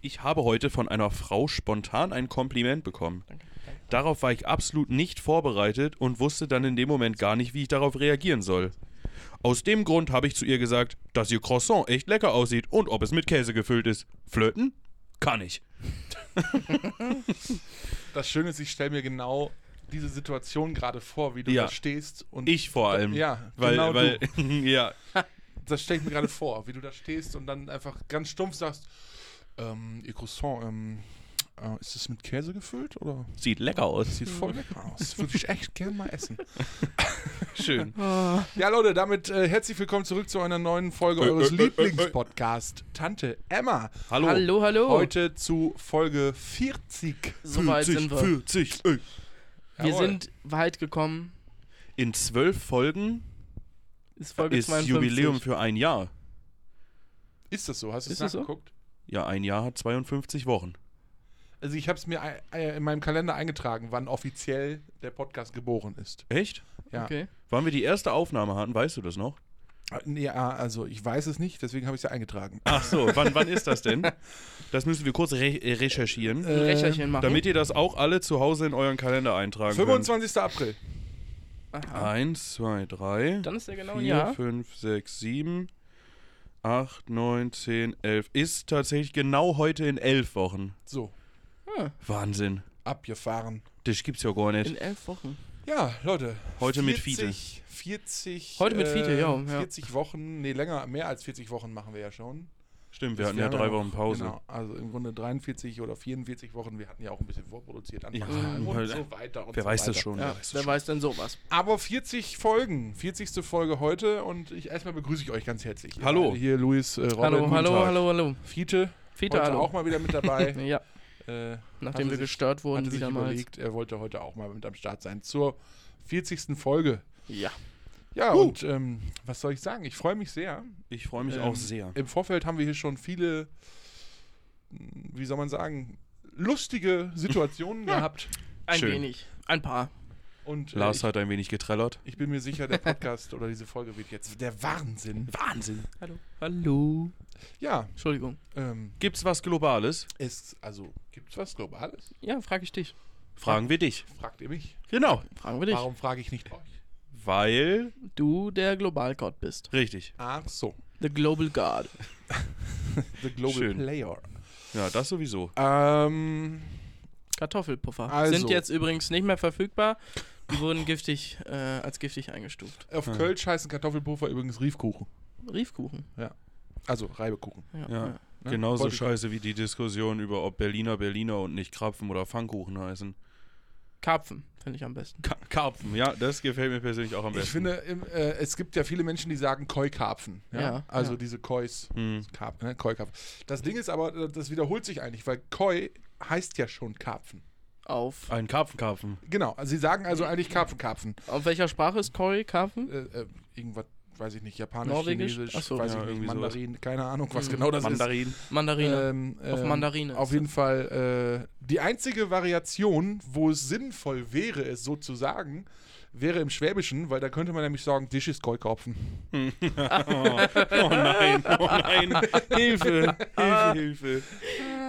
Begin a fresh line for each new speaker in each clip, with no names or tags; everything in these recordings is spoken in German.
Ich habe heute von einer Frau spontan ein Kompliment bekommen. Darauf war ich absolut nicht vorbereitet und wusste dann in dem Moment gar nicht, wie ich darauf reagieren soll. Aus dem Grund habe ich zu ihr gesagt, dass ihr Croissant echt lecker aussieht und ob es mit Käse gefüllt ist. Flirten? Kann ich.
Das Schöne ist, ich stelle mir genau diese Situation gerade vor, wie du
Ja.
da stehst. Und
Ich vor allem.
Ja,
weil,
genau
weil,
du.
ja,
Das stelle ich mir gerade vor, wie du da stehst und dann einfach ganz stumpf sagst, ähm, ihr Croissant, ähm, äh, ist das mit Käse gefüllt oder? Mhm.
sieht lecker
Das
aus.
sieht voll lecker aus. Würde ich echt gerne mal essen.
Schön.
Ja, Leute, damit äh, herzlich willkommen zurück zu einer neuen Folge
Äh,
eures
äh, äh, äh, äh.
Lieblingspodcasts. Tante Emma.
Hallo.
Hallo,
Oh.
hallo.
Heute zu Folge 40.
so weit sind wir.
40, ey.
Wir
Jawohl.
sind weit gekommen.
In zwölf Folgen
Ist Folge
ist
52.
Jubiläum für ein Jahr.
Ist das so? Hast du es
Ist das so?
nachgeguckt?
Ja, ein Jahr hat 52 Wochen.
Also ich habe es mir ei- ei- in meinem Kalender eingetragen, wann offiziell der Podcast geboren ist.
Echt?
Ja.
Okay.
Wann wir die erste Aufnahme hatten, weißt du das noch?
Ah, nee, ah, also ich weiß es nicht, deswegen habe ich es ja eingetragen.
Ach so, wann, wann ist das denn? Das müssen wir kurz re äh, recherchieren,
Ein
Äh,
Recherchen machen.
damit ihr das auch alle zu Hause in euren Kalender eintragen
25. April.
könnt.
Aha.
1, 2, 3,
Dann ist der genau ein
4,
Jahr.
5, 6, 7, 8, 9, 10, 11. Ist tatsächlich genau heute in elf Wochen.
So,
Ah,
Wahnsinn.
abgefahren.
Das gibt's ja gar
in
nicht.
elf Wochen.
Ja, Leute.
Heute mit
40, 40.
Heute mit Fiete, ja, ja.
40 Wochen, nee, länger, mehr als 40 Wochen machen wir ja schon.
Stimmt, wir
Das
hatten ja
wäre
drei
noch-
Wochen Pause.
Genau, also im Grunde 43 oder 44 Wochen. Wir hatten ja auch ein bisschen vorproduziert.
Ja,
Anfang und
weil-
so weiter. Und
Wer
so
weiß
weiter.
das schon?
Ja,
wer weiß das
wer
schon.
weiß denn sowas?
Aber 40 Folgen, 40. Folge heute und ich erstmal begrüße ich euch ganz herzlich. Ihr
Hallo.
beide Hier Luis, äh, Robin,
Hallo,
guten
hallo,
Tag.
hallo, hallo.
Fiete,
Peter,
heute
hallo.
auch mal wieder mit dabei.
Ja,
äh,
nachdem
Hatte
wir
sich-
gestört
hatte
wurden
sich
wieder mal.
überlegt, er wollte heute auch mal mit am Start sein zur 40. Folge.
Ja.
Ja,
Huh.
und ähm, was soll ich sagen? Ich freue mich sehr.
Ich freue mich
Ähm,
auch sehr.
Im Vorfeld haben wir hier schon viele, mh, wie soll man sagen, lustige Situationen gehabt.
Ein
Schön.
wenig. Ein paar.
Und äh,
Lars
ich,
hat ein wenig getrellert.
ich bin mir sicher, der Podcast oder diese Folge wird jetzt der Wahnsinn.
Wahnsinn.
Hallo. Hallo.
Ja,
Entschuldigung.
ähm,
Gibt's was Globales?
Es, also, gibt's was Globales?
Ja, frage ich dich.
Fragen wir dich.
Fragt ihr mich?
Genau.
Fragen wir dich.
Warum frage ich nicht euch?
Weil.
Du der Global God bist.
Richtig.
Ach so.
The Global God.
The Global
Schön.
Player.
Ja, das sowieso.
Ähm,
Kartoffelpuffer.
Also.
Sind jetzt übrigens nicht mehr verfügbar. Die wurden giftig, äh, als giftig eingestuft.
auf
Ja.
Kölsch heißen Kartoffelpuffer übrigens Riefkuchen.
Riefkuchen.
Also Reibekuchen.
Ja.
Ja.
ja.
Ne?
Genauso
Wollte ich-
scheiße wie die Diskussion über, ob Berliner Berliner und nicht Krapfen oder Pfannkuchen heißen.
Karpfen finde ich am besten.
Ka Karpfen, ja, das gefällt mir persönlich auch am besten.
Ich finde, im, äh, es gibt ja viele Menschen, die sagen Koi-Karpfen. Ja?
Ja,
also
ja.
diese Kois.
Hm.
Karp, ne? Koi-Karpfen. Das Ding ist aber, äh, das wiederholt sich eigentlich, weil Koi heißt ja schon Karpfen.
Auf,
Ein Karpfenkarpfen.
Genau, also sie sagen also eigentlich Karpfen-Karpfen.
auf welcher Sprache ist Koi Karpfen?
äh, äh, irgendwas, weiß ich nicht, japanisch,
Norwegisch?
chinesisch,
Ach so.
weiß
Ja,
ich nicht,
irgendwie
Mandarin, keine Ahnung, was
Mhm.
genau das
Mandarin.
ist.
Mandarine.
Ähm,
Auf
ähm,
Mandarine
Auf
ist
jeden Fall, äh, die einzige Variation, wo es sinnvoll wäre, es so zu sagen, wäre im Schwäbischen, weil da könnte man nämlich sagen, Dish ist Keukopfen.
Oh nein, oh nein. Hilfe, Hilfe, Hilfe.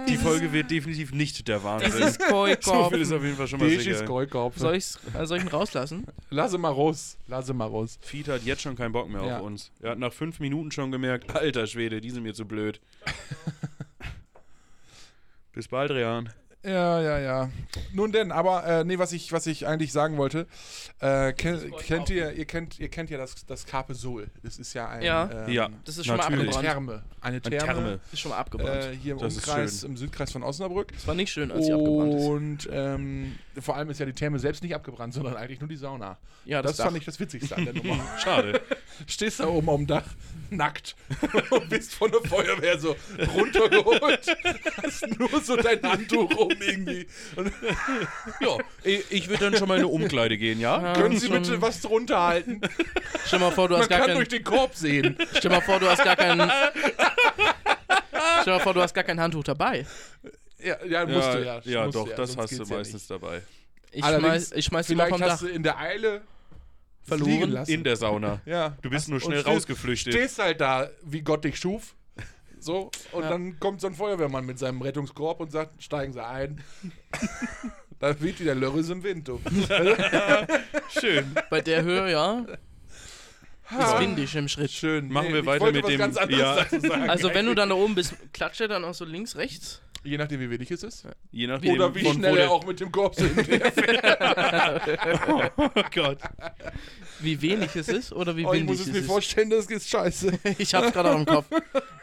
Die Folge wird definitiv nicht der Wahnsinn.
Dieses Koi
So viel ist auf
Karpfen.
jeden Fall schon mal
Dish ist
sicher.
Keukopfen.
Soll, ich's- äh, soll ich ihn rauslassen?
Lasse mal raus, lasse mal raus.
Fiete hat jetzt schon keinen Bock mehr
Ja.
auf uns. Er hat nach fünf Minuten schon gemerkt, alter Schwede, die sind mir zu blöd. Bis bald, Rian.
Ja, ja, ja. Nun denn, aber äh, nee, was ich, was ich eigentlich sagen wollte, äh, ken, kennt ihr, ihr kennt, ihr kennt ja das, das Carpe Sol. Das ist ja ein
Ja.
ähm,
Ja.
Das ist schon
Natürlich.
mal
Eine
abgebrannt.
Therme. Eine
Ein Therme.
Therme.
Ist schon mal abgebrannt.
äh, hier im
Das ist
Umkreis,
schön.
im Südkreis von Osnabrück.
Es war nicht schön, als sie abgebrannt ist.
Und ähm, vor allem ist ja die Therme selbst nicht abgebrannt, sondern eigentlich nur die Sauna.
Ja,
Das,
das,
fand
Dach.
ich das Witzigste an der Nummer.
Schade.
Stehst da oben auf dem Dach, nackt und bist von der Feuerwehr so runtergeholt. Hast nur so dein Handtuch rum irgendwie. Und
Ja, ich, ich würde dann schon mal in eine Umkleide gehen, ja?
Ja,
können Sie
schon-
bitte was drunter halten?
Stell mal vor, du
Man
hast gar
kann
keinen.
durch den Korb sehen.
Stell mal vor, du hast gar keinen. Stell mal vor, du hast gar kein Handtuch dabei.
Ja, ja musst du ja.
ja, ja
musst
doch,
du
das
sonst
hast du
geht's ja nicht.
meistens dabei.
Ich
Allerdings,
schmeiß, ich schmeiß die mal
Vielleicht
vom
hast
Dach.
du in der Eile es
Verloren
liegen lassen.
In der Sauna.
Ja.
Du bist nur
Und
schnell
stehst-
rausgeflüchtet.
Stehst halt da, wie Gott dich schuf. So, und
Ja.
dann kommt so ein Feuerwehrmann mit seinem Rettungskorb und sagt, steigen Sie ein. da weht wieder Lörres im Wind, du.
Schön.
Bei der Höhe, ja. Ist windig im Schritt.
Schön.
Machen wir
ich
weiter
wollte
mit
was
dem-
Ganz anderes
ja.
dazu sagen.
Also wenn du dann da oben bist, klatscht er dann auch so links, rechts?
Je nachdem, wie wenig es ist.
Je nachdem,
Oder wie
von wo
schnell
der-
er auch mit dem Korb so hinterherfährt.
Oh Gott.
Wie wenig es ist oder wie
Oh, ich
windig
muss es
es
mir
ist?
vorstellen, das ist scheiße.
Ich hab's gerade auch im Kopf.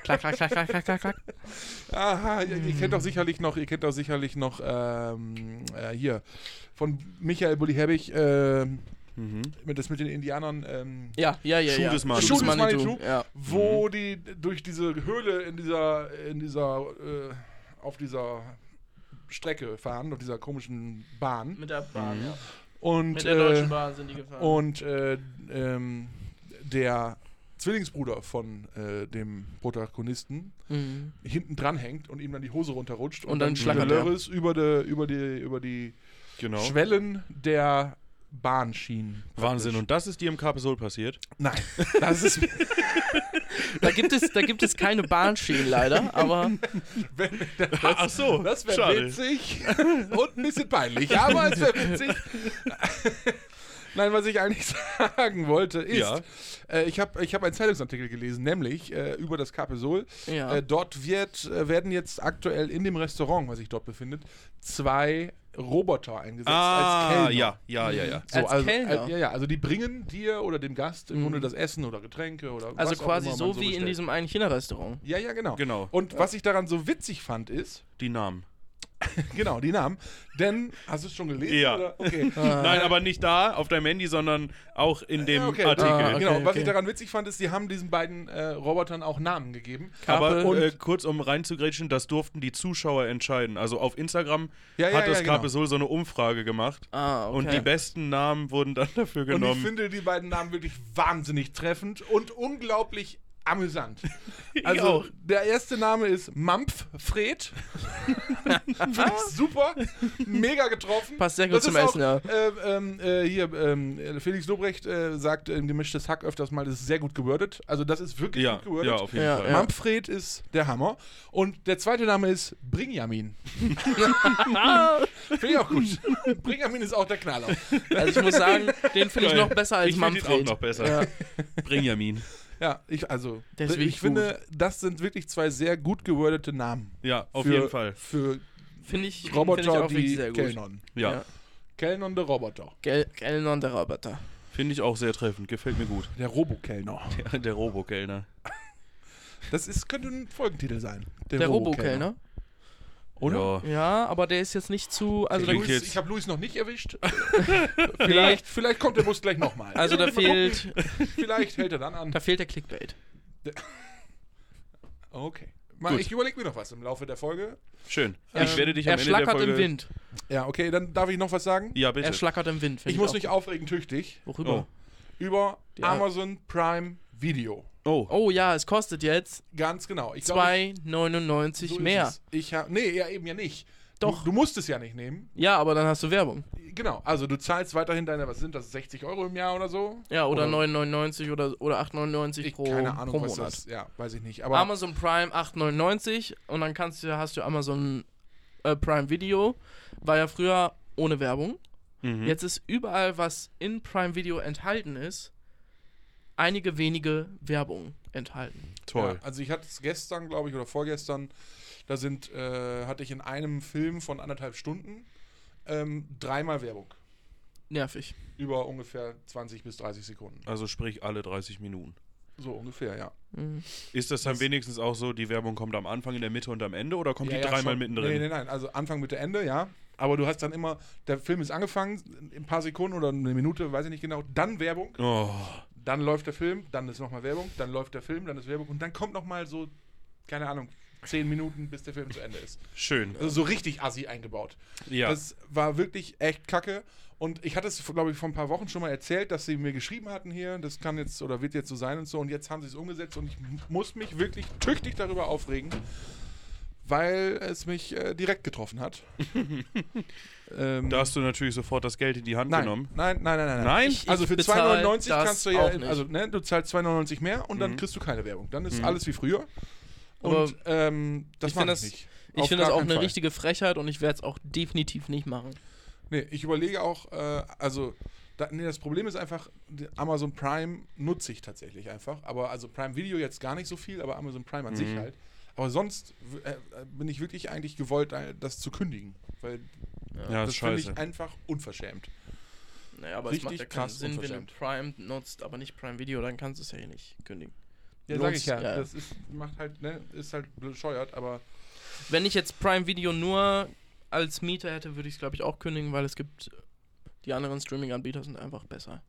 Klack, klack, klack, klack, klack, klack, klack.
Aha, ihr, ihr kennt doch sicherlich noch, ihr kennt doch sicherlich noch, ähm, äh, hier, von Michael Bulli Herbig, ähm,
Mhm,
mit das mit den Indianern, ähm,
Ja, ja, ja,
Schuh
ja.
des Mannes.
Schuh
Schuh des
Manitou,
Manitou.
Ja.
wo die durch diese Höhle in dieser, in dieser, äh, auf dieser Strecke fahren, auf dieser komischen Bahn.
Mit der Bahn, ja.
Mhm. Und,
Mit der Deutschen
äh,
Bahn sind die gefahren.
und äh, ähm, der Zwillingsbruder von äh, dem Protagonisten
Mhm.
hinten dran hängt und ihm dann die Hose runterrutscht
Und dann schlackert er.
Lörres über die, über die, über die
Genau.
Schwellen der Bahnschienen.
Wahnsinn. Und das ist dir im Capesol passiert?
Nein, das ist,
Da gibt es, da gibt es keine Bahnschienen leider, aber
wenn, das,
Ach so,
das
schade.
wäre witzig und ein bisschen peinlich, aber es wäre witzig. Nein, was ich eigentlich sagen wollte, ist,
Ja.
äh, ich habe ich hab einen Zeitungsartikel gelesen, nämlich äh, über das Capesol.
ja.
Äh, dort wird, äh, werden jetzt aktuell in dem Restaurant, was sich dort befindet, zwei Roboter eingesetzt als
Ah,
Kellner.
ja, ja, ja, ja.
So,
Als
also,
Kellner? Mhm.
äh, ja, ja, also die bringen dir oder dem Gast im Grunde das Essen oder Getränke oder
also
was auch
quasi
immer man
so wie in
bestellt.
diesem einen China-Restaurant.
Ja, ja, genau.
Genau.
Und was ich daran so witzig fand ist,
Die Namen.
genau, die Namen, denn, hast du es schon gelesen?
Ja.
Oder? Okay. Ah,
Nein, aber nicht da auf deinem Handy, sondern auch in dem
Äh. Ja, okay.
Artikel.
Ah, okay.
Genau, was ich daran witzig fand, ist, sie haben diesen beiden äh, Robotern auch Namen gegeben.
Aber
und,
äh, kurz um reinzugrätschen, das durften die Zuschauer entscheiden. Also auf Instagram
Ja, ja,
hat das
ja, genau.
Capesol so eine Umfrage gemacht
Ah, okay.
und die besten Namen wurden dann dafür
und ich
genommen.
finde die beiden Namen wirklich wahnsinnig treffend und unglaublich amüsant. Also
auch.
der erste Name ist Mampffred. Finde ich Super, mega getroffen.
Passt sehr gut
Das
zum
ist
Essen, ja.
äh, ähm, äh, hier, ähm, Felix Lobrecht äh, sagt in gemischtes Hack öfters mal, das ist sehr gut gewordet. Also das ist wirklich
ja,
gut gewordet.
ja, auf jeden
Ja,
Fall.
ja.
Manfred ist der Hammer. Und der zweite Name ist Bringjamin. Finde ich auch gut. Bringjamin ist auch der Knaller.
Also ich muss sagen, den finde ich
Geil.
noch besser als
ich find ihn
Manfred.
auch noch besser. Bringjamin.
Ja, ich, also,
Der ist wirklich
ich finde, das sind wirklich zwei sehr gut gewordete Namen.
Ja, auf
für,
jeden Fall.
Für
Finde ich,
Roboter,
find ich auch wirklich
die
sehr gut.
Kellnern.
Ja,
Ja.
Kellnernde Roboter.
Gel Kellner der Roboter.
finde ich auch sehr treffend. Gefällt mir gut.
Der Robo-Kellner.
Der Robo-Kellner.
Das ist, könnte ein Folgentitel sein.
Der Robo-Kellner.
Oder?
Ja.
Ja, aber der ist jetzt nicht zu. Also, da,
Klingt
Luis,
jetzt-
ich habe Luis noch nicht erwischt. vielleicht, vielleicht kommt der Bus gleich nochmal.
also da, fehlt,
Vielleicht hält er dann an.
da fehlt der Clickbait.
Okay. Mal,
Gut.
Ich überlege mir noch was im Laufe der Folge.
Schön.
Ähm,
ich werde dich am
er
Ende der
schlackert
Folge...
im Wind.
Ja, okay, dann darf ich noch was sagen.
Ja, bitte.
Er schlackert im Wind. find
Ich muss
auch.
mich aufregen, tüchtig,
Worüber?
über
Ja.
Amazon Prime Video.
Oh.
Oh. ja, es kostet jetzt
Ganz genau. Ich glaub, ich-
2,99
so ist
mehr.
es. Ich hab, nee, ja, eben ja nicht.
Doch.
Du, du musst es ja nicht nehmen.
Ja, aber dann hast du Werbung.
Genau. Also, du zahlst weiterhin deine, was sind das, 60 Euro im Jahr oder so?
Ja, oder 9,99 oder, oder 8,99
Ich,
pro,
keine Ahnung,
pro
was
Monat.
das Ja, weiß ich nicht. Aber
Amazon Prime 8,99 und dann kannst du, hast du Amazon äh, Prime Video. War ja früher ohne Werbung.
Mhm.
Jetzt ist überall, was in Prime Video enthalten ist, einige wenige Werbung enthalten.
Toll.
Ja, also ich hatte es gestern, glaube ich, oder vorgestern, da sind, äh, hatte ich in einem Film von anderthalb Stunden ähm, dreimal Werbung.
Nervig.
Über ungefähr 20 bis 30 Sekunden.
Also sprich alle 30 Minuten.
So ungefähr, ja.
Mhm.
Ist das dann wenigstens auch so, die Werbung kommt am Anfang, in der Mitte und am Ende oder kommt
ja,
Um die
ja,
dreimal
schon.
mittendrin?
Nee, nee, nein. Also Anfang, Mitte, Ende, ja. Aber du hast dann immer, der Film ist angefangen, in ein paar Sekunden oder eine Minute, weiß ich nicht genau, dann Werbung,
Oh.
dann läuft der Film, dann ist nochmal Werbung, dann läuft der Film, dann ist Werbung und dann kommt nochmal so, keine Ahnung, 10 Minuten, bis der Film zu Ende ist.
Schön.
Also so richtig assi eingebaut.
Ja.
Das war wirklich echt kacke. Und ich hatte es, glaube ich, vor ein paar Wochen schon mal erzählt, dass sie mir geschrieben hatten hier, das kann jetzt oder wird jetzt so sein und so. Und jetzt haben sie es umgesetzt und ich m- muss mich wirklich tüchtig darüber aufregen, weil es mich äh, direkt getroffen hat. ähm,
da hast du natürlich sofort das Geld in die Hand
nein,
genommen.
nein, nein, nein, nein,
Nein?
Ich-
Also für
bezahl
2,99
das
kannst du ja,
auch nicht.
also ne, du zahlst 2,99 mehr und dann
Mhm.
kriegst du keine Werbung. Dann ist
Mhm.
alles wie früher.
Aber
Und ähm, das
ich
mag
find
ich
das-
nicht.
ich
Auf
finde das
gar
auch
keinen
eine
Fall.
richtige Frechheit und ich werde es auch definitiv nicht machen.
Nee, ich überlege auch, äh, also, da, nee, das Problem ist einfach, die- Amazon Prime nutze ich tatsächlich einfach. Aber also Prime Video jetzt gar nicht so viel, aber Amazon Prime an sich
Mhm.
halt. Aber sonst w- äh, äh, bin ich wirklich eigentlich gewollt, äh, das zu kündigen. Weil
Ja,
das
ist
finde
scheiße.
ich einfach unverschämt.
Naja, aber es
Richtig
macht ja keinen
krass
Sinn, wenn du
unverschämt.
Prime nutzt, aber nicht Prime Video, dann kannst du es ja eh nicht kündigen.
Ja,
Lohnt
sage ich
sich,
ja.
ja.
äh, Das ist, macht halt, ne, ist halt bescheuert, aber
Wenn ich jetzt Prime Video nur als Mieter hätte, würde ich es, glaube ich, auch kündigen, weil es gibt. Die anderen Streaming-Anbieter sind einfach besser.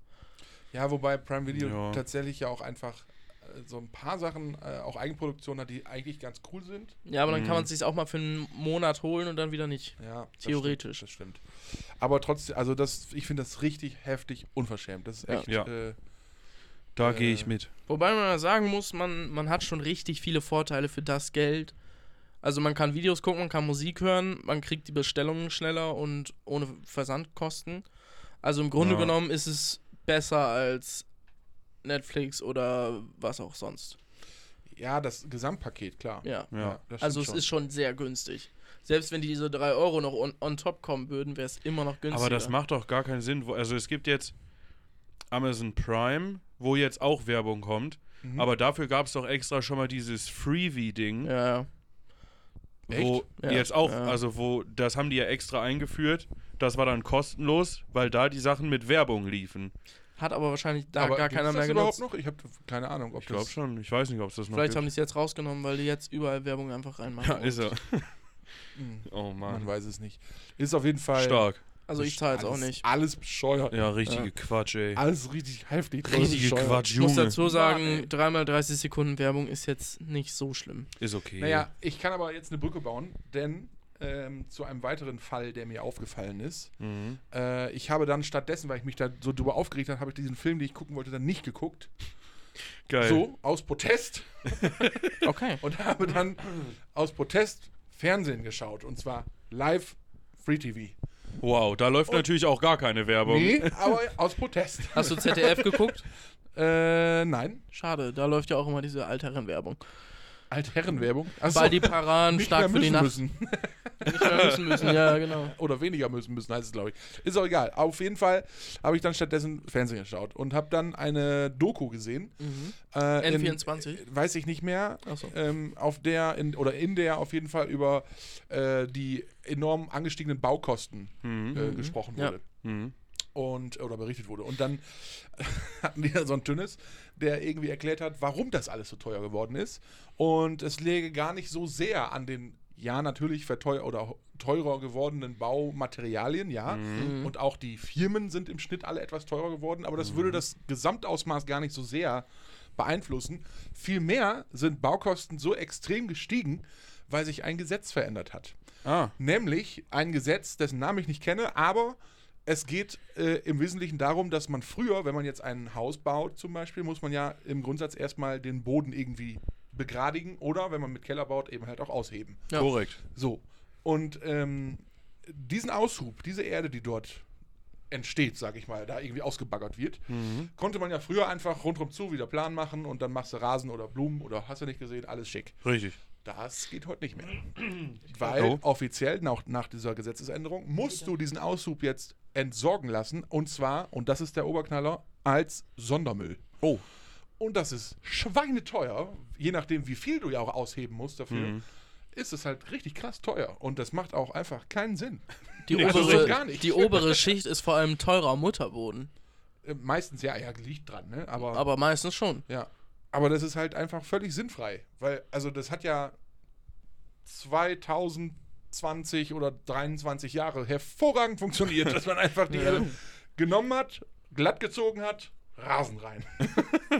ja, wobei Prime Video
Ja.
tatsächlich ja auch einfach äh, so ein paar Sachen, äh, auch Eigenproduktionen hat, die eigentlich ganz cool sind.
Ja, aber dann
Mhm.
kann man es sich auch mal für einen Monat holen und dann wieder nicht.
Ja, das
Theoretisch.
Stimmt, das stimmt. Aber trotzdem, also das, ich finde das richtig heftig unverschämt. Das ist
Ja.
echt.
Ja.
Äh,
Da
Äh,
gehe ich mit.
Wobei man ja sagen muss, man, man hat schon richtig viele Vorteile für das Geld. Also man kann Videos gucken, man kann Musik hören, man kriegt die Bestellungen schneller und ohne Versandkosten. Also im Grunde
Ja.
genommen ist es besser als Netflix oder was auch sonst.
ja, das Gesamtpaket, klar.
Ja.
Ja.
das
Also es
stimmt
ist schon sehr günstig. Selbst wenn diese 3 Euro noch on, on top kommen würden, wäre es immer noch günstiger.
Aber das macht doch gar keinen Sinn. Wo, also es gibt jetzt Amazon Prime, wo jetzt auch Werbung kommt.
Mhm.
Aber dafür gab es doch extra schon mal dieses Freebie-Ding,
Ja, ja.
wo
Ja,
jetzt auch,
ja.
also wo, das haben die ja extra eingeführt. Das war dann kostenlos, weil da die Sachen mit Werbung liefen.
Hat aber wahrscheinlich da
aber
gar
gibt's
keiner
das
mehr
überhaupt
genutzt.
noch? Ich habe keine Ahnung, ob
Ich glaube
das.
schon. Ich weiß nicht, ob es das noch
Vielleicht haben
gibt.
die es jetzt rausgenommen, weil die jetzt überall Werbung einfach reinmachen.
Ja, ist er.
Hm,
Oh
man
Mann.
weiß es nicht. Ist auf jeden Fall.
Stark.
also ich zahle jetzt auch
alles,
nicht.
Alles bescheuert.
Ja, richtige
Ja.
Quatsch, ey.
Alles richtig heftig. alles
Richtige
bescheuert.
Quatsch,
Ich muss
Junge.
dazu
Mann, ey.
sagen, dreimal 30 Sekunden Werbung ist jetzt nicht so schlimm.
Ist okay.
Naja, ich kann aber jetzt eine Brücke bauen, denn ähm, zu einem weiteren Fall, der mir aufgefallen ist.
Mhm.
Äh, ich habe dann stattdessen, weil ich mich da so drüber aufgeregt habe, habe ich diesen Film, den ich gucken wollte, dann nicht geguckt.
Geil.
So, aus Protest.
Okay.
und habe dann aus Protest Fernsehen geschaut. Und zwar live Free TV.
Wow, da läuft
Und-
natürlich auch gar keine Werbung.
Nee, aber aus Protest.
Hast du ZDF geguckt?
Äh, nein.
Schade, da läuft ja auch immer diese alteren Werbung.
Altherrenwerbung. Achso,
Weil die Paran
nicht
stark
mehr
für die
müssen
Nacht
müssen.
nicht mehr müssen müssen. Ja, genau.
Oder weniger müssen müssen, heißt es, glaube ich. Ist auch egal. Auf jeden Fall habe ich dann stattdessen Fernsehen geschaut und habe dann eine Doku gesehen.
Mhm.
Äh, in-
N24?
weiß ich nicht mehr.
Achso.
ähm, auf der in, oder in der auf jeden Fall über äh, die enorm angestiegenen Baukosten
Mhm.
äh,
Mhm.
gesprochen
Ja.
wurde.
Mhm.
und oder berichtet wurde. Und dann hatten die da so einen Tünnes, der irgendwie erklärt hat, warum das alles so teuer geworden ist. Und es läge gar nicht so sehr an den ja natürlich verteuer oder teurer gewordenen Baumaterialien, ja.
Mhm.
Und auch die Firmen sind im Schnitt alle etwas teurer geworden, aber das würde das Gesamtausmaß gar nicht so sehr beeinflussen. Vielmehr sind Baukosten so extrem gestiegen, weil sich ein Gesetz verändert hat.
Ah,
Nämlich ein Gesetz, dessen Namen ich nicht kenne, aber es geht äh, im Wesentlichen darum, dass man früher, wenn man jetzt ein Haus baut zum Beispiel, muss man ja im Grundsatz erstmal den Boden irgendwie begradigen oder, wenn man mit Keller baut, eben halt auch ausheben.
Ja.
korrekt.
So. Und ähm, diesen Aushub, diese Erde, die dort entsteht, sag ich mal, da irgendwie ausgebaggert wird,
Mhm.
konnte man ja früher einfach rundrum zu wieder Plan machen und dann machst du Rasen oder Blumen oder hast du nicht gesehen, alles schick.
Richtig.
Das geht heute nicht mehr. Weil
Oh.
offiziell nach, nach dieser Gesetzesänderung musst du diesen Aushub jetzt entsorgen lassen. Und zwar, und das ist der Oberknaller, als Sondermüll.
Oh.
Und das ist schweineteuer. Je nachdem, wie viel du ja auch ausheben musst dafür,
Mhm.
ist es halt richtig krass teuer. Und das macht auch einfach keinen Sinn.
Die,
Nee, also
obere,
so
gar nicht.
die obere Schicht ist vor allem teurer Mutterboden.
Äh, Meistens, ja, ja, liegt dran, ne? Aber,
Aber meistens schon.
ja. Aber das ist halt einfach völlig sinnfrei. Weil, also, das hat ja 2020 oder 23 Jahre hervorragend funktioniert, dass man einfach die Erde genommen hat, glatt gezogen hat, Rasen rein.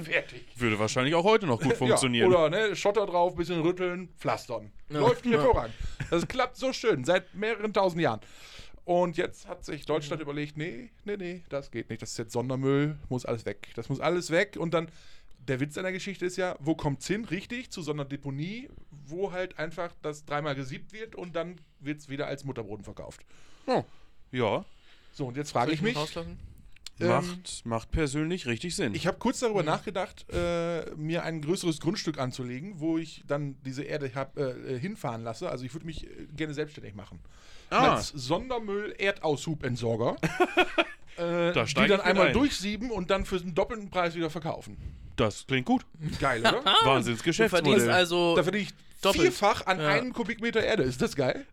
Fertig.
Würde wahrscheinlich auch heute noch gut funktionieren.
Äh, Ja, oder ne, Schotter drauf, bisschen rütteln, pflastern.
Ja.
Läuft
Ja.
hervorragend. Das klappt so schön, seit mehreren tausend Jahren. Und jetzt hat sich Deutschland überlegt, nee, nee, nee, das geht nicht. Das ist jetzt Sondermüll, muss alles weg. Das muss alles weg. Und dann, der Witz an der Geschichte ist ja, wo kommt's hin? Richtig, zu so einer Deponie, wo halt einfach das dreimal gesiebt wird und dann wird's wieder als Mutterboden verkauft.
Oh. Ja.
So, und jetzt frage ich mich,
Rauslassen?
ähm,
macht, macht persönlich richtig Sinn.
Ich habe kurz darüber
Mhm.
nachgedacht, äh, mir ein größeres Grundstück anzulegen, wo ich dann diese Erde hab, äh, hinfahren lasse. Also ich würde mich äh, gerne selbstständig machen.
Ah.
Als Sondermüll-Erdaushubentsorger. äh,
Da steig
die
ich
dann
mit
einmal
ein.
durchsieben und dann für den doppelten Preis wieder verkaufen.
das klingt gut.
Geil, oder?
Ah, Du verdienst
Wahnsinnsgeschäftsmodell.
also,
da verdiene ich
doppelt.
vierfach an
Ja.
einem Kubikmeter Erde. Ist das geil?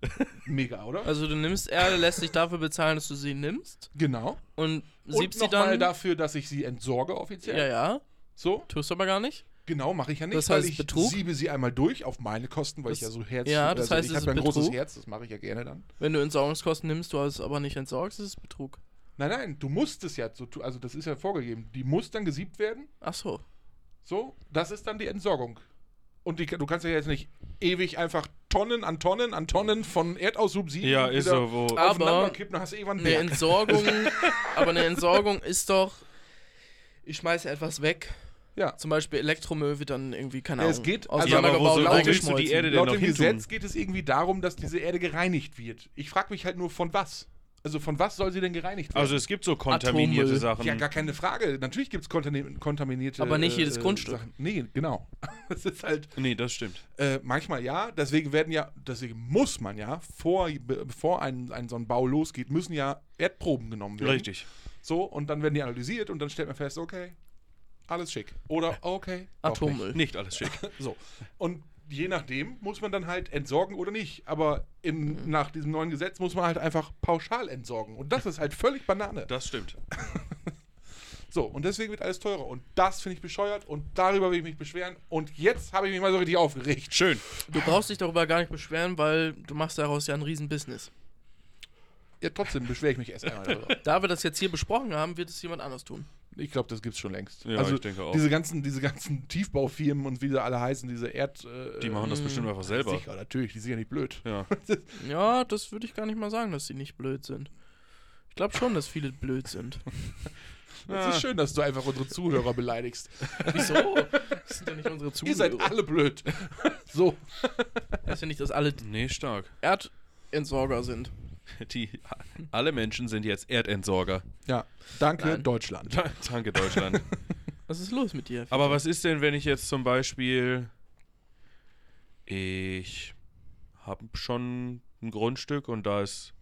Mega, oder?
also du nimmst Erde, lässt dich dafür bezahlen, dass du sie nimmst
genau.
und
Und
siebst sie
nochmal
dann.
dafür, dass ich sie entsorge offiziell.
ja, ja,
So,
tust du aber gar nicht.
genau, mache ich ja nicht,
Das heißt
weil ich
Betrug?
siebe sie einmal durch auf meine Kosten, weil
Das-
ich ja so Herz also
ja, das heißt,
ich
es
habe
ist
ja ein großes
Betrug.
Herz, das mache ich ja gerne dann.
Wenn du Entsorgungskosten nimmst, du hast es aber nicht entsorgt, ist es Betrug.
Nein, nein, du musst es ja so tun, also das ist ja vorgegeben. Die muss dann gesiebt werden,
Ach so.
so, das ist dann die Entsorgung. Und die, du kannst ja jetzt nicht ewig einfach Tonnen an Tonnen an Tonnen von Erdaushub sieben
ja, ist
wieder
so. Wo,
Ah.
aufeinander
Aber-
kippen, dann hast du irgendwann einen
Eine
Berg.
Entsorgung, aber eine Entsorgung ist doch, ich schmeiße etwas weg.
Ja.
Zum Beispiel Elektromüll wird dann irgendwie, keine
Ja,
Ahnung,
es geht- also-
ja, aber wo,
auseinandergebaut
so, wo
und
willst du
aufgeschmolzen.
die Erde denn
Laut
noch
dem
hintun?
Gesetz geht es irgendwie darum, dass diese Erde gereinigt wird. Ich frage mich halt nur, von was? Also von was soll sie denn gereinigt werden?
Also es gibt so kontaminierte
Atommüll.
Sachen.
Ja, gar keine Frage. Natürlich gibt es kontaminierte.
Ähm,
äh,
Aber nicht jedes Grundstück.
Sachen. Nee, genau. Das ist halt
nee, das stimmt.
äh, manchmal ja. Deswegen werden ja, deswegen muss man ja, vor, be- bevor ein, ein so ein Bau losgeht, müssen ja Erdproben genommen werden.
Richtig.
So, und dann werden die analysiert und dann stellt man fest, okay, alles schick. Oder okay. doch nicht.
Atommüll.
Nicht alles schick.
So. Und je nachdem muss man dann halt entsorgen oder nicht. Aber
Mhm.
im, nach diesem neuen Gesetz muss man halt einfach pauschal entsorgen. Und das ist halt völlig Banane.
Das stimmt.
So, und deswegen wird alles teurer. Und das finde ich bescheuert und darüber will ich mich beschweren. Und jetzt habe ich mich mal so richtig aufgeregt.
Schön.
Du brauchst dich darüber gar nicht beschweren, weil du machst daraus ja ein Riesenbusiness.
Ja, trotzdem beschwere ich mich erst einmal darüber.
Da wir das jetzt hier besprochen haben, wird es jemand anders tun.
Ich glaube, das gibt's schon längst.
Ja,
also
ich denke auch.
Diese ganzen, diese ganzen Tiefbaufirmen und wie sie alle heißen, diese Erd... Äh,
Die machen das bestimmt einfach selber.
Sicher, natürlich, die sind ja nicht blöd.
Ja.
Ja, das würde ich gar nicht mal sagen, dass sie nicht blöd sind. Ich glaube schon, dass viele blöd sind.
Es
Ah.
ist schön, dass du einfach unsere Zuhörer beleidigst.
Wieso? Das sind ja nicht unsere Zuhörer.
Ihr seid alle blöd. So.
Das ist ja nicht, dass alle
Nee, stark.
Erdentsorger sind.
Die, alle Menschen sind jetzt Erdentsorger.
Ja, danke
Nein.
Deutschland.
Danke, Deutschland.
Was ist los mit dir?
Aber was ist denn, wenn ich jetzt zum Beispiel. Ich habe schon ein Grundstück und da ist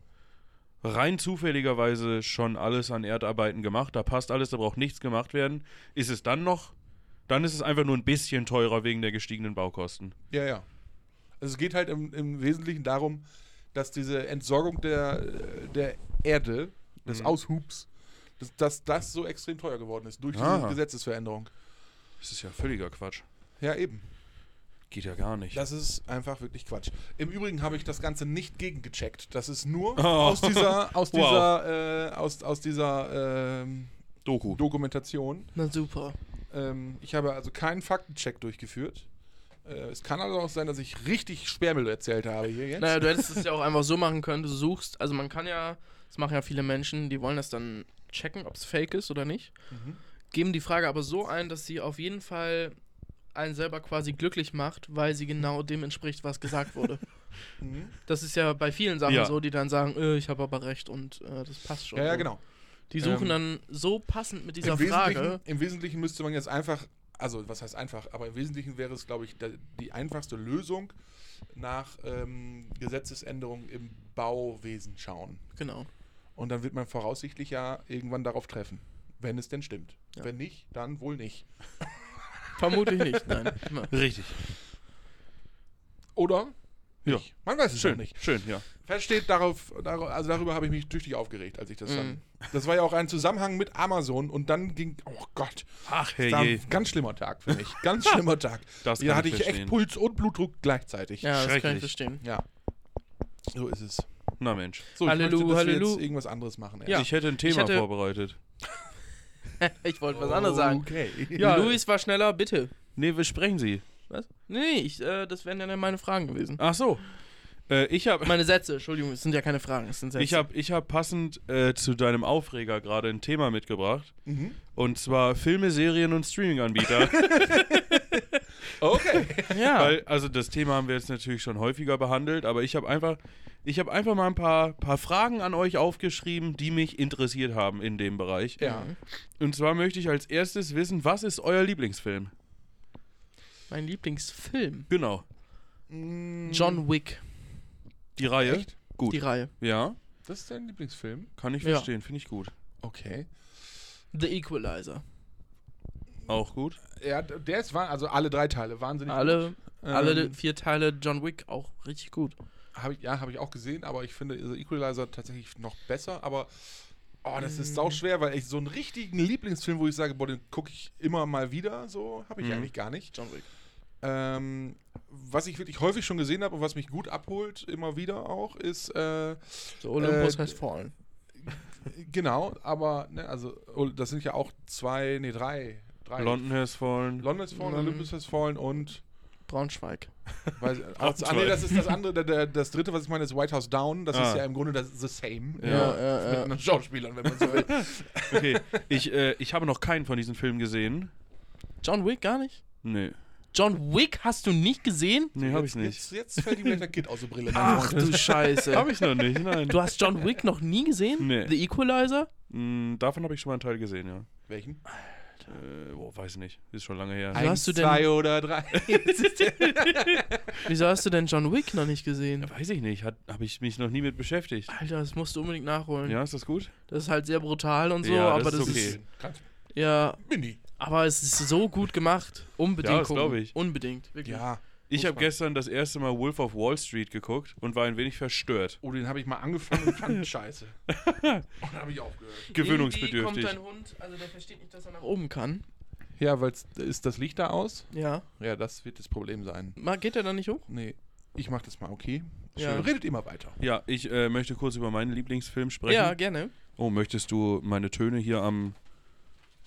rein zufälligerweise schon alles an Erdarbeiten gemacht. Da passt alles, da braucht nichts gemacht werden. Ist es dann noch? Dann ist es einfach nur ein bisschen teurer wegen der gestiegenen Baukosten.
Ja, ja. Also es geht halt im, im Wesentlichen darum, dass diese Entsorgung der, der Erde, des
Mhm.
Aushubs, dass, dass das so extrem teuer geworden ist durch
Ah.
diese Gesetzesveränderung.
Das ist ja völliger Quatsch.
Ja, eben.
Geht ja gar nicht.
Das ist einfach wirklich Quatsch. Im Übrigen habe ich das Ganze nicht gegengecheckt. Das ist nur
Oh.
aus dieser, aus
Wow.
dieser, äh, aus, aus dieser ähm,
Doku.
Dokumentation.
Na super.
Ähm, ich habe also keinen Faktencheck durchgeführt. Äh, es kann also auch sein, dass ich richtig Sperrmüll erzählt habe hier jetzt.
Naja, du hättest es ja auch einfach so machen können, du suchst, also man kann ja, das machen ja viele Menschen, die wollen das dann checken, ob es fake ist oder nicht.
Mhm.
Geben die Frage aber so ein, dass sie auf jeden Fall einen selber quasi glücklich macht, weil sie genau dem entspricht, was gesagt wurde.
Mhm.
Das ist ja bei vielen Sachen
Ja.
so, die dann sagen, äh, ich habe aber recht und äh, das passt schon.
Ja, ja,
so.
genau.
Die suchen
Ähm,
dann so passend mit dieser
Im Wesentlichen,
Frage.
Im Wesentlichen müsste man jetzt einfach, also was heißt einfach, aber im Wesentlichen wäre es, glaube ich, da, die einfachste Lösung nach ähm, Gesetzesänderungen im Bauwesen schauen.
Genau.
Und dann wird man voraussichtlich ja irgendwann darauf treffen, wenn es denn stimmt.
Ja.
Wenn nicht, dann wohl nicht.
Vermutlich nicht, nein.
Richtig.
Oder?
Ja.
Nicht. Man weiß es schon
Schön.
nicht.
Schön, ja.
Versteht darauf, darauf also darüber habe ich mich tüchtig aufgeregt, als ich das
Mhm.
dann. Das war ja auch ein Zusammenhang mit Amazon und dann ging, oh Gott,
Ach,
das war ein ganz schlimmer Tag für mich. Ganz schlimmer Tag.
Das
Ja,
kann
hatte
ich
ich echt
verstehen.
Puls und Blutdruck gleichzeitig.
Ja, das kann ich
Schrecklich.
verstehen.
Ja. So ist es.
Na Mensch.
So,
Hallelu,
ich möchte, dass wir
Hallelu.
jetzt irgendwas anderes machen. ey.
Ja.
Ich hätte ein Thema
hätte-
vorbereitet.
Ich wollte was anderes sagen.
Okay.
Ja. Luis war schneller, bitte.
Nee, wir sprechen Sie.
Was? Nee, ich, äh, das wären ja dann meine Fragen gewesen.
Ach so. Äh, ich habe
Meine Sätze, Entschuldigung, es sind ja keine Fragen, es sind Sätze.
ich hab, ich hab passend äh, zu deinem Aufreger gerade ein Thema mitgebracht.
Mhm.
Und zwar Filme, Serien und Streaming-Anbieter.
Okay.
ja.
Weil, also das Thema haben wir jetzt natürlich schon häufiger behandelt, aber ich habe einfach Ich habe einfach mal ein paar, paar Fragen an euch aufgeschrieben, die mich interessiert haben in dem Bereich.
Ja.
Und zwar möchte ich als erstes wissen, was ist euer Lieblingsfilm?
Mein Lieblingsfilm.
Genau,
John Wick,
die Reihe.
Echt?
Gut.
die Reihe.
ja,
Das ist dein Lieblingsfilm?
kann ich
Ja.
verstehen, finde ich gut.
Okay.
The Equalizer.
Auch gut.
Ja, d- der ist, wa- also alle drei Teile, wahnsinnig
Alle,
Ähm,
alle vier Teile John Wick auch richtig gut.
Hab ich, ja, habe ich auch gesehen, aber ich finde The Equalizer tatsächlich noch besser, aber oh, das
Mm.
ist sau schwer, weil ich so einen richtigen Lieblingsfilm, wo ich sage, boah, den gucke ich immer mal wieder, so habe ich
Mm.
Mhm.
eigentlich gar nicht.
John Wick.
Ähm, was ich wirklich häufig schon gesehen habe und was mich gut abholt, immer wieder auch, ist äh,
So Olympus
Äh,
heißt Fallen.
genau, aber ne, also oh, das sind ja auch zwei, nee, drei, drei.
London Has Fallen.
London ist vorne,
Mhm.
Olympus ist vorne und
Braunschweig.
Weiß, auch, ah, nee, das ist das andere, der- der, das dritte, was ich meine, ist White House Down. Das
Ah.
ist ja im Grunde das the same.
Ja,
ja,
mit
ja.
anderen Schauspielern, wenn man so will.
Okay, ich, äh, ich habe noch keinen von diesen Filmen gesehen.
John Wick gar nicht?
Nee,
John Wick hast du nicht gesehen?
nee, habe ich nicht.
Jetzt, jetzt fällt ihm gleich der Kid aus der Brille.
Ach du
Habe
Scheiße.
ich noch nicht, nein.
Du hast John Wick noch nie gesehen?
Nee.
The Equalizer?
Mm, davon habe ich schon mal einen Teil gesehen, ja.
Welchen?
Äh, boah, weiß nicht. Ist schon lange her.
Ein- hast du denn-
zwei oder drei.
Wieso hast du denn John Wick noch nicht gesehen?
Ja, weiß ich nicht. Habe ich mich noch nie mit beschäftigt.
Alter, das musst du unbedingt nachholen.
Ja, ist das gut?
Das ist halt sehr brutal und so,
Ja, das
aber
ist
das
okay.
ist ja,
Mini.
aber es ist so gut gemacht. Unbedingt
Ja, das glaub
gucken.
ich.
Unbedingt, wirklich.
Ja.
Ich
Muss
habe
man.
gestern das erste Mal Wolf of Wall Street geguckt und war ein wenig verstört.
Oh, den habe ich mal angefangen und fand scheiße. Und dann habe ich aufgehört.
Gewöhnungsbedürftig.
Irgendwie kommt dein Hund, also der versteht nicht, dass er nach oben kann.
Ja, weil ist das Licht da aus?
Ja.
Ja, das wird das Problem sein.
Mal geht er dann nicht hoch?
Nee, ich mache das mal, okay?
Ja.
Schön. Redet immer weiter.
Ja, ich äh, möchte kurz über meinen Lieblingsfilm sprechen.
Ja, gerne.
oh, möchtest du meine Töne hier am,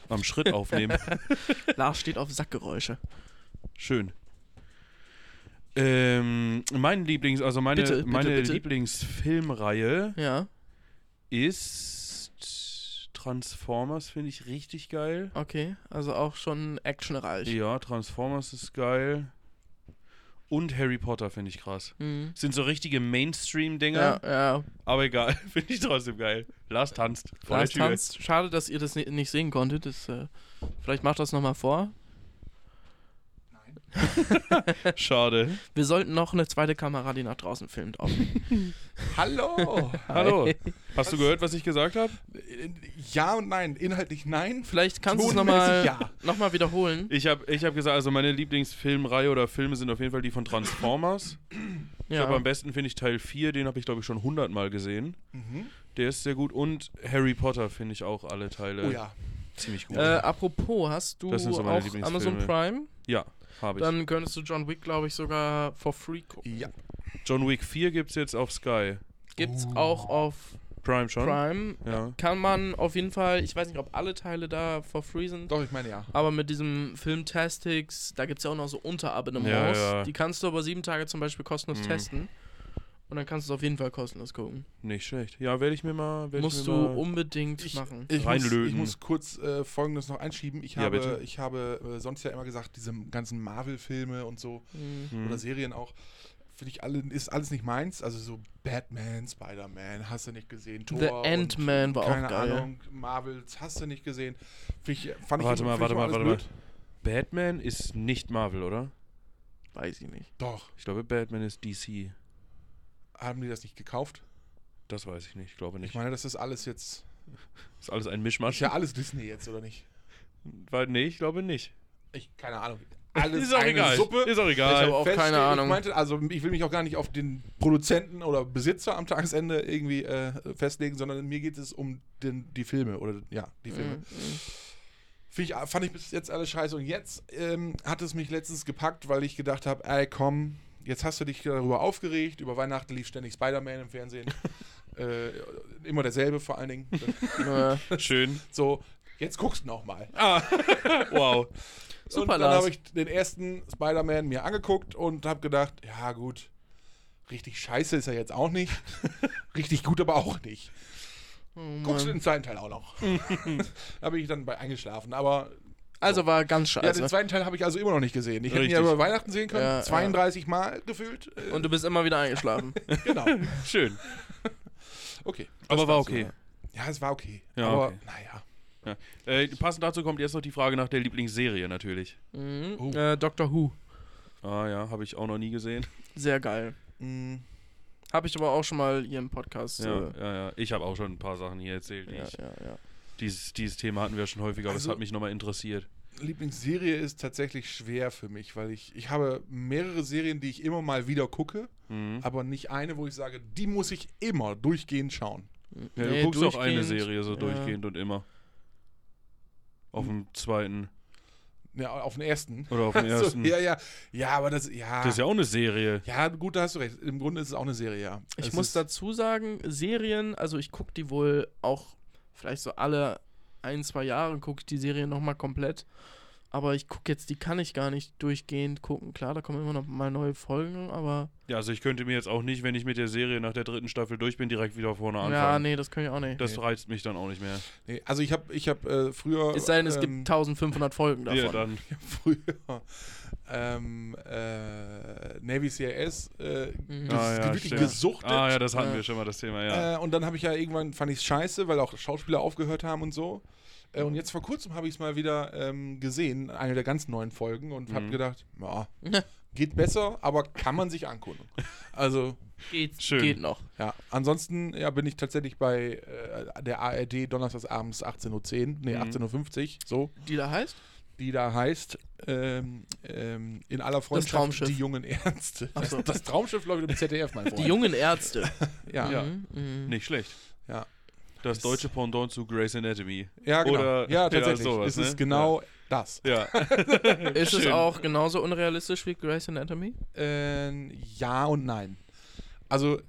am Schritt aufnehmen?
Lars steht auf Sackgeräusche.
Schön. Ähm, mein Lieblings, also meine,
Bitte, bitte,
meine
bitte.
Lieblingsfilmreihe
Ja,
ist Transformers, finde ich richtig geil.
okay. Also auch schon actionreich.
Ja, Transformers ist geil. Und Harry Potter finde ich krass.
Mhm.
Sind so richtige Mainstream-Dinger,
Ja, ja.
aber egal, finde ich trotzdem geil. Lars tanzt vor
Lars
der Tür.
tanzt. Schade, dass ihr das ni- nicht sehen konntet. Das, äh, vielleicht macht das nochmal vor.
Schade.
Wir sollten noch eine zweite Kamera, die nach draußen filmt, aufnehmen.
Hallo!
Hallo. Hast du gehört, was ich gesagt habe?
ja und nein. Inhaltlich nein.
Vielleicht kannst du es nochmal
Tonmäßig ja.
noch mal wiederholen.
Ich habe ich hab gesagt, also meine Lieblingsfilmreihe oder Filme sind auf jeden Fall die von Transformers. Ich
Ja.
glaube, am besten finde ich Teil 4, den habe ich, glaube ich, schon hundertmal gesehen.
Mhm.
Der ist sehr gut. Und Harry Potter finde ich auch alle Teile
Oh ja.
ziemlich gut.
Äh, apropos, hast du
Das sind so meine
auch
Lieblingsfilme.
Amazon Prime?
ja, habe ich.
Dann könntest du John Wick, glaube ich, sogar for free gucken.
Ja.
John Wick 4 gibt es jetzt auf Sky.
Gibt's auch auf
Prime schon?
Prime.
Ja.
Kann man auf jeden Fall, ich weiß nicht, ob alle Teile da for free sind,
Doch, ich meine ja.
aber mit diesem Filmtastics, da gibt's ja auch noch so Unterabonnements.
Ja, ja.
Die kannst du aber sieben Tage zum Beispiel kostenlos
Mhm.
testen. Und dann kannst du es auf jeden Fall kostenlos gucken.
Nicht schlecht. Ja, werde ich mir mal. werd ich
Musst du um-
mir mal
unbedingt machen.
Ich
Reinlöten.
Muss, ich muss kurz äh, Folgendes noch einschieben. Ich
Ja,
habe,
bitte.
ich habe äh, sonst ja immer gesagt, diese ganzen Marvel-Filme und so
Mhm.
Mhm.
oder Serien auch, finde ich alle, ist alles nicht meins. Also so Batman, Spider-Man, hast du nicht gesehen, Thor.
The
und
Ant-Man war
keine
auch geil.
Ahnung, Marvels hast du nicht gesehen. Find ich, fand
Warte
ich,
mal,
find
warte
ich
mal,
alles
warte mal.
blöd.
Batman ist nicht Marvel, oder?
Weiß ich nicht.
Doch,
Ich glaube, Batman ist DC.
haben die das nicht gekauft?
Das weiß ich nicht. Ich glaube
Ich
nicht.
meine, das ist alles jetzt.
Ist alles ein
Ist
Mischmasch?
ja alles Disney jetzt, oder nicht?
Weil- Nee, ich glaube nicht.
Ich, keine Ahnung. Alles
ist auch
eine
egal.
Suppe.
Ist auch
Ich
egal.
hab auch
feststehen.
keine Ahnung.
Ich meinte, also ich will mich auch gar nicht auf den Produzenten oder Besitzer am Tagesende irgendwie äh, festlegen, sondern mir geht es um den, die Filme oder ja, die Filme.
Mhm.
Find ich, ah, fand ich bis jetzt alles scheiße und jetzt ähm, hat es mich letztens gepackt, weil ich gedacht habe, ey komm, jetzt hast du dich darüber aufgeregt, über Weihnachten lief ständig Spider-Man im Fernsehen. äh, immer derselbe vor allen Dingen.
Äh,
Schön. Ah.
so, jetzt guckst du noch mal.
Wow.
Super,
und dann
Lars.
habe ich den ersten Spider-Man mir angeguckt und habe gedacht, ja gut, richtig scheiße ist er jetzt auch nicht, richtig gut aber auch nicht.
oh Mann.
Guckst du den zweiten Teil auch noch. da bin ich dann bei eingeschlafen, aber
Also war ganz
Ja,
scheiße.
den zweiten Teil habe ich also immer noch nicht gesehen. Ich hätte ihn ja
Richtig.
über Weihnachten sehen können,
Ja, ja.
32 Mal gefühlt. Äh,
und du bist immer wieder eingeschlafen.
genau.
Schön.
Okay.
Aber war okay.
Ja, es war okay.
Ja,
aber
okay.
naja.
Ja. Äh, passend dazu kommt jetzt noch die Frage nach der Lieblingsserie natürlich.
mhm.
Oh.
äh, Doctor Who.
Ah ja, habe ich auch noch nie gesehen.
Sehr geil.
Mm,
Habe ich aber auch schon mal hier im Podcast.
Ja,
äh,
ja, ja. Ich habe auch schon ein paar Sachen hier erzählt. Die
ja,
ich,
ja, ja.
dieses, dieses Thema hatten wir schon häufiger, aber es
Also-
hat mich nochmal interessiert.
Lieblingsserie ist tatsächlich schwer für mich, weil ich, ich habe mehrere Serien, die ich immer mal wieder gucke,
Mhm.
aber nicht eine, wo ich sage, die muss ich immer durchgehend schauen.
Ja,
Nee,
du guckst auch eine
durchgehend.
Serie so
Ja.
durchgehend und immer. Auf dem zweiten
Ja, auf den ersten.
oder auf dem
So,
ersten.
ja, ja. Ja, aber das, ja.
Das ist ja auch eine Serie.
ja, gut, da hast du recht. Im Grunde ist es auch eine Serie, ja.
Ich
es
muss
ist-
dazu sagen, Serien, also ich gucke die wohl auch vielleicht so alle ein, zwei Jahre gucke ich die Serie nochmal komplett. Aber ich gucke jetzt, die kann ich gar nicht durchgehend gucken. Klar, da kommen immer noch mal neue Folgen, aber
Ja, also ich könnte mir jetzt auch nicht, wenn ich mit der Serie nach der dritten Staffel durch bin, direkt wieder vorne anfangen.
ja, nee, das kann ich auch nicht.
Das
Nee.
reizt mich dann auch nicht mehr.
Nee, also ich habe ich hab, äh, früher.
es sei denn, es gibt
ähm,
1500 Folgen davon.
Ja, dann.
früher ähm, äh, Navy CIS äh,
Mhm.
ges
Ah, ja,
wirklich
stimmt.
gesuchtet.
Ah ja, das hatten
Ja.
wir schon mal, das Thema, ja.
Äh, und dann habe ich ja irgendwann, fand ich es scheiße, weil auch Schauspieler aufgehört haben und so. Äh, und jetzt vor kurzem habe ich es mal wieder ähm, gesehen, eine der ganz neuen Folgen, und habe
Mhm.
gedacht, ja, geht besser, aber kann man sich angucken. Also,
geht,
Schön.
geht noch.
ja, ansonsten ja, bin ich tatsächlich bei äh, der ARD donnerstags abends 18.10 Uhr, nee,
Mhm.
18.50 Uhr, so,
Die da heißt?
die da heißt, ähm, ähm, in aller Freundschaft
Traumschiff.
die jungen Ärzte.
Ach so.
Das, das Traumschiff läuft im ZDF, mein Freund.
Die jungen Ärzte.
ja.
Ja.
Ja.
Mhm, mhm.
Nicht schlecht.
Ja.
Das deutsche Pendant zu Grey's Anatomy.
genau.
Oder-
ja,
ja,
tatsächlich.
sowas,
es ist
ne?
genau das.
Ja.
Ist es
Schön.
auch genauso unrealistisch wie Grey's Anatomy?
Ähm, ja und nein. Also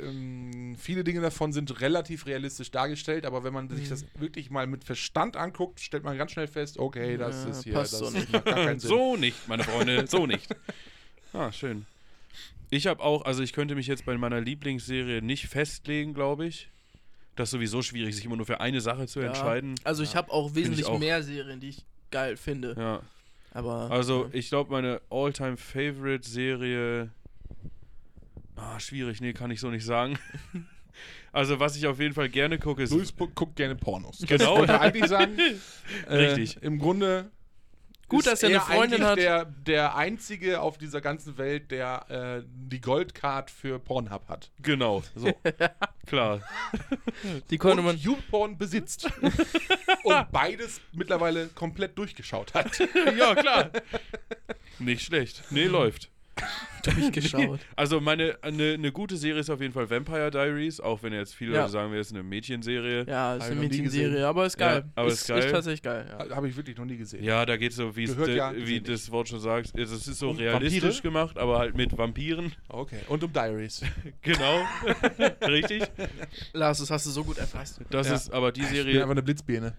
ähm, viele Dinge davon sind relativ realistisch dargestellt, aber wenn man sich
Mhm.
das wirklich mal mit Verstand anguckt, stellt man ganz schnell fest, okay, das
Ja,
ist hier,
passt
das
so nicht.
macht gar keinen Sinn.
so nicht, meine Freunde, so nicht. Ah, schön. Ich habe auch, also ich könnte mich jetzt bei meiner Lieblingsserie nicht festlegen, glaube ich. Das ist sowieso schwierig, sich immer nur für eine Sache zu
Ja.
entscheiden.
Also ich
Ja.
habe auch wesentlich
auch.
mehr Serien, die ich geil finde.
Ja.
Aber
Also, ich glaube, meine All-Time-Favorite-Serie. Ah, schwierig, nee, kann ich so nicht sagen. Also, was ich auf jeden Fall gerne gucke, ist.
Luis bu- guckt gerne Pornos. Das
Genau.
wollte eigentlich sagen. äh,
Richtig.
Im Grunde ist
Gut, dass er eine Freundin
eigentlich
hat.
Der, der einzige auf dieser ganzen Welt, der äh, die Goldcard für Pornhub hat.
Genau,
So.
klar.
die konnte man
und YouPorn besitzt. und beides mittlerweile komplett durchgeschaut hat.
ja, klar. Nicht schlecht. Nee, läuft.
durchgeschaut.
Also, meine, eine, eine gute Serie ist auf jeden Fall Vampire Diaries, auch wenn jetzt viele
Ja.
Leute sagen, wir ist eine Mädchenserie. Ja,
Ja, ist
Hab ich
eine
noch nie gesehen.
Mädchenserie, aber ist geil.
Ja, aber ist geil.
Ist tatsächlich geil, ja.
Habe ich wirklich noch nie gesehen.
da geht's so, wie's
Gehört
de,
ja,
wie
gesehen
das Wort schon sagt. Es ist so
Und
realistisch
Vampire?
gemacht, aber halt mit Vampiren.
Okay. Und um Diaries.
Genau. Richtig.
Lars, das hast du so gut erfasst.
Das
Ja.
ist aber die
Ich bin
Serie.
einfach eine Blitzbirne.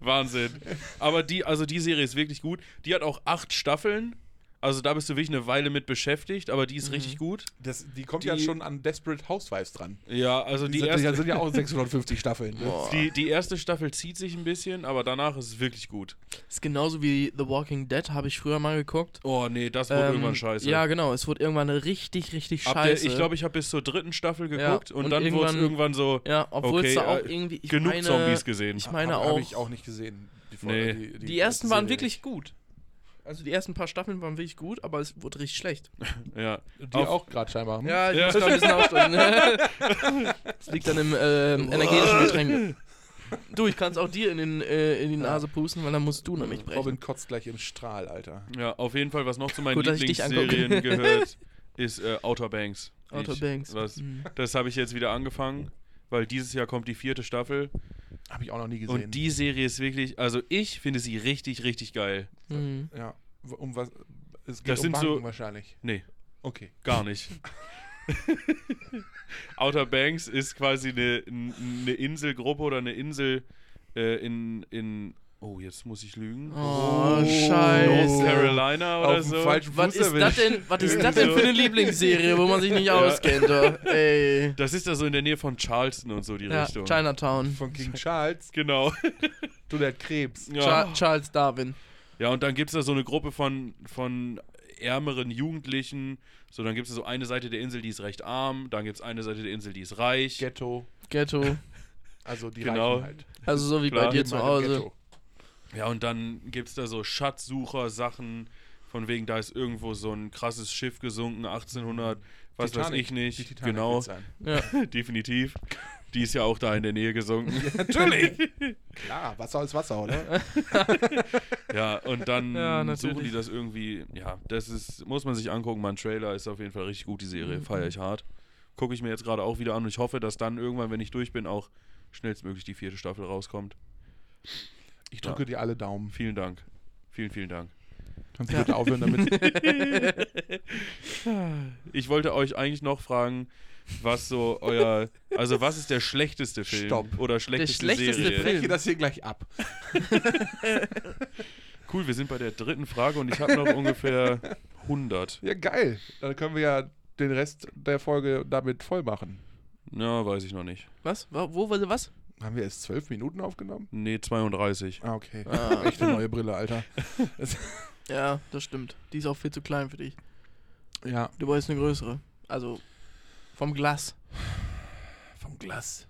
Wahnsinn. Aber die, also die Serie ist wirklich gut. Die hat auch acht Staffeln. Also da bist du wirklich eine Weile mit beschäftigt, aber die ist richtig gut.
Das, die kommt
Die-
ja schon an Desperate Housewives dran.
Ja, also die
Die sind,
erste,
sind ja auch 650 Staffeln. Ne?
Boah.
die, die erste Staffel zieht sich ein bisschen, aber danach ist es wirklich gut.
ist genauso wie The Walking Dead, habe ich früher mal geguckt.
Oh nee, das wurde
Ähm,
irgendwann scheiße.
Ja, genau. Es wurde irgendwann richtig, richtig
Ab der,
scheiße.
ich glaube, ich habe bis zur dritten Staffel
Ja,
geguckt und,
und
dann wurde es irgendwann
irgendwann-
so
ja, obwohl es
Okay,
da auch
äh,
irgendwie. Ich
genug
meine,
Zombies gesehen.
Ich meine
Hab-
auch.
Hab ich auch nicht gesehen. Die,
Nee.
Die, ersten waren wirklich gut. Also die ersten paar Staffeln waren wirklich gut, aber es wurde richtig schlecht.
ja.
Die
Auf-
auch gerade scheinbar. hm?
Ja, ich
Ja.
muss gerade ein bisschen aufstehen. das liegt an dem ähm, energetischen Getränk. Du, ich kann es auch dir in, den, äh, in die Nase pusten, weil dann musst du nämlich brechen.
Robin kotzt gleich im Strahl, Alter.
ja, auf jeden Fall, was noch zu meinen
Gut, dass ich dich angucke.
Lieblingsserien gehört, ist äh, Outer Banks.
Outer
ich,
Banks.
Was,
Mhm.
das habe ich jetzt wieder angefangen, weil dieses Jahr kommt die vierte Staffel.
Habe ich auch noch nie gesehen.
Und die Serie ist wirklich, also ich finde sie richtig, richtig geil.
Mhm.
Ja. W- Um was? Es geht
Das
um
sind so-
Banken wahrscheinlich.
Nee,
Okay.
gar nicht. Outer Banks ist quasi eine, eine Inselgruppe oder eine Insel äh, in, in Oh, jetzt muss ich lügen.
Oh,
Oh,
North
scheiße.
Carolina
Auf
oder
dem
so.
falschen
Was
Fuß
ist das
erwischt.
denn, was ist das denn für eine Lieblingsserie, wo man sich nicht auskennt? Doch? Ey.
Das ist da so in der Nähe von Charleston und so die
Ja,
Richtung.
Chinatown.
Von King Charles.
Genau.
Du, der hat Krebs.
Ja.
Cha- Charles Darwin.
ja, und dann gibt es da so eine Gruppe von, von ärmeren Jugendlichen. So, dann gibt es so eine Seite der Insel, die ist recht arm. Dann gibt es eine Seite der Insel, die ist reich.
Ghetto.
Ghetto.
Also die
Genau.
Reichen halt.
Also so wie bei
Klar.
dir
Die
zu
meinen
Hause.
Ghetto.
Ja, und dann gibt es da so Schatzsucher-Sachen. Von wegen, da ist irgendwo so ein krasses Schiff gesunken, 1800, was weiß
Titanic.
ich nicht.
Die Titanic
genau.
wird's sein.
Ja.
Definitiv. Die ist ja auch da in der Nähe gesunken.
Natürlich. Klar, Wasser ist Wasser, oder?
ja, und dann
Ja, natürlich.
suchen die das irgendwie. Ja, das ist, muss man sich angucken. Mein Trailer ist auf jeden Fall richtig gut, die Serie. Feier ich hart. Gucke ich mir jetzt gerade auch wieder an und ich hoffe, dass dann irgendwann, wenn ich durch bin, auch schnellstmöglich die vierte Staffel rauskommt.
Ich drücke dir alle Daumen.
Vielen Dank. Vielen, vielen Dank.
Kannst du bitte aufhören damit?
Ich wollte euch eigentlich noch fragen, was so euer. Also, was ist der schlechteste Film?
Stopp.
Oder schlechteste,
schlechteste
Serie?
Film.
Ich gehe das hier gleich ab.
Cool, wir sind bei der dritten Frage und ich habe noch ungefähr 100.
Ja, geil. Dann können wir ja den Rest der Folge damit voll machen.
Na, weiß ich noch nicht.
Was? Wo, wo wurde was?
Haben wir erst zwölf Minuten aufgenommen?
Nee, 32.
Ah, okay.
Ah.
Echte neue Brille, Alter.
Ja, das stimmt. Die ist auch viel zu klein für dich.
Ja.
Du wolltest eine größere. Also vom Glas.
Vom Glas.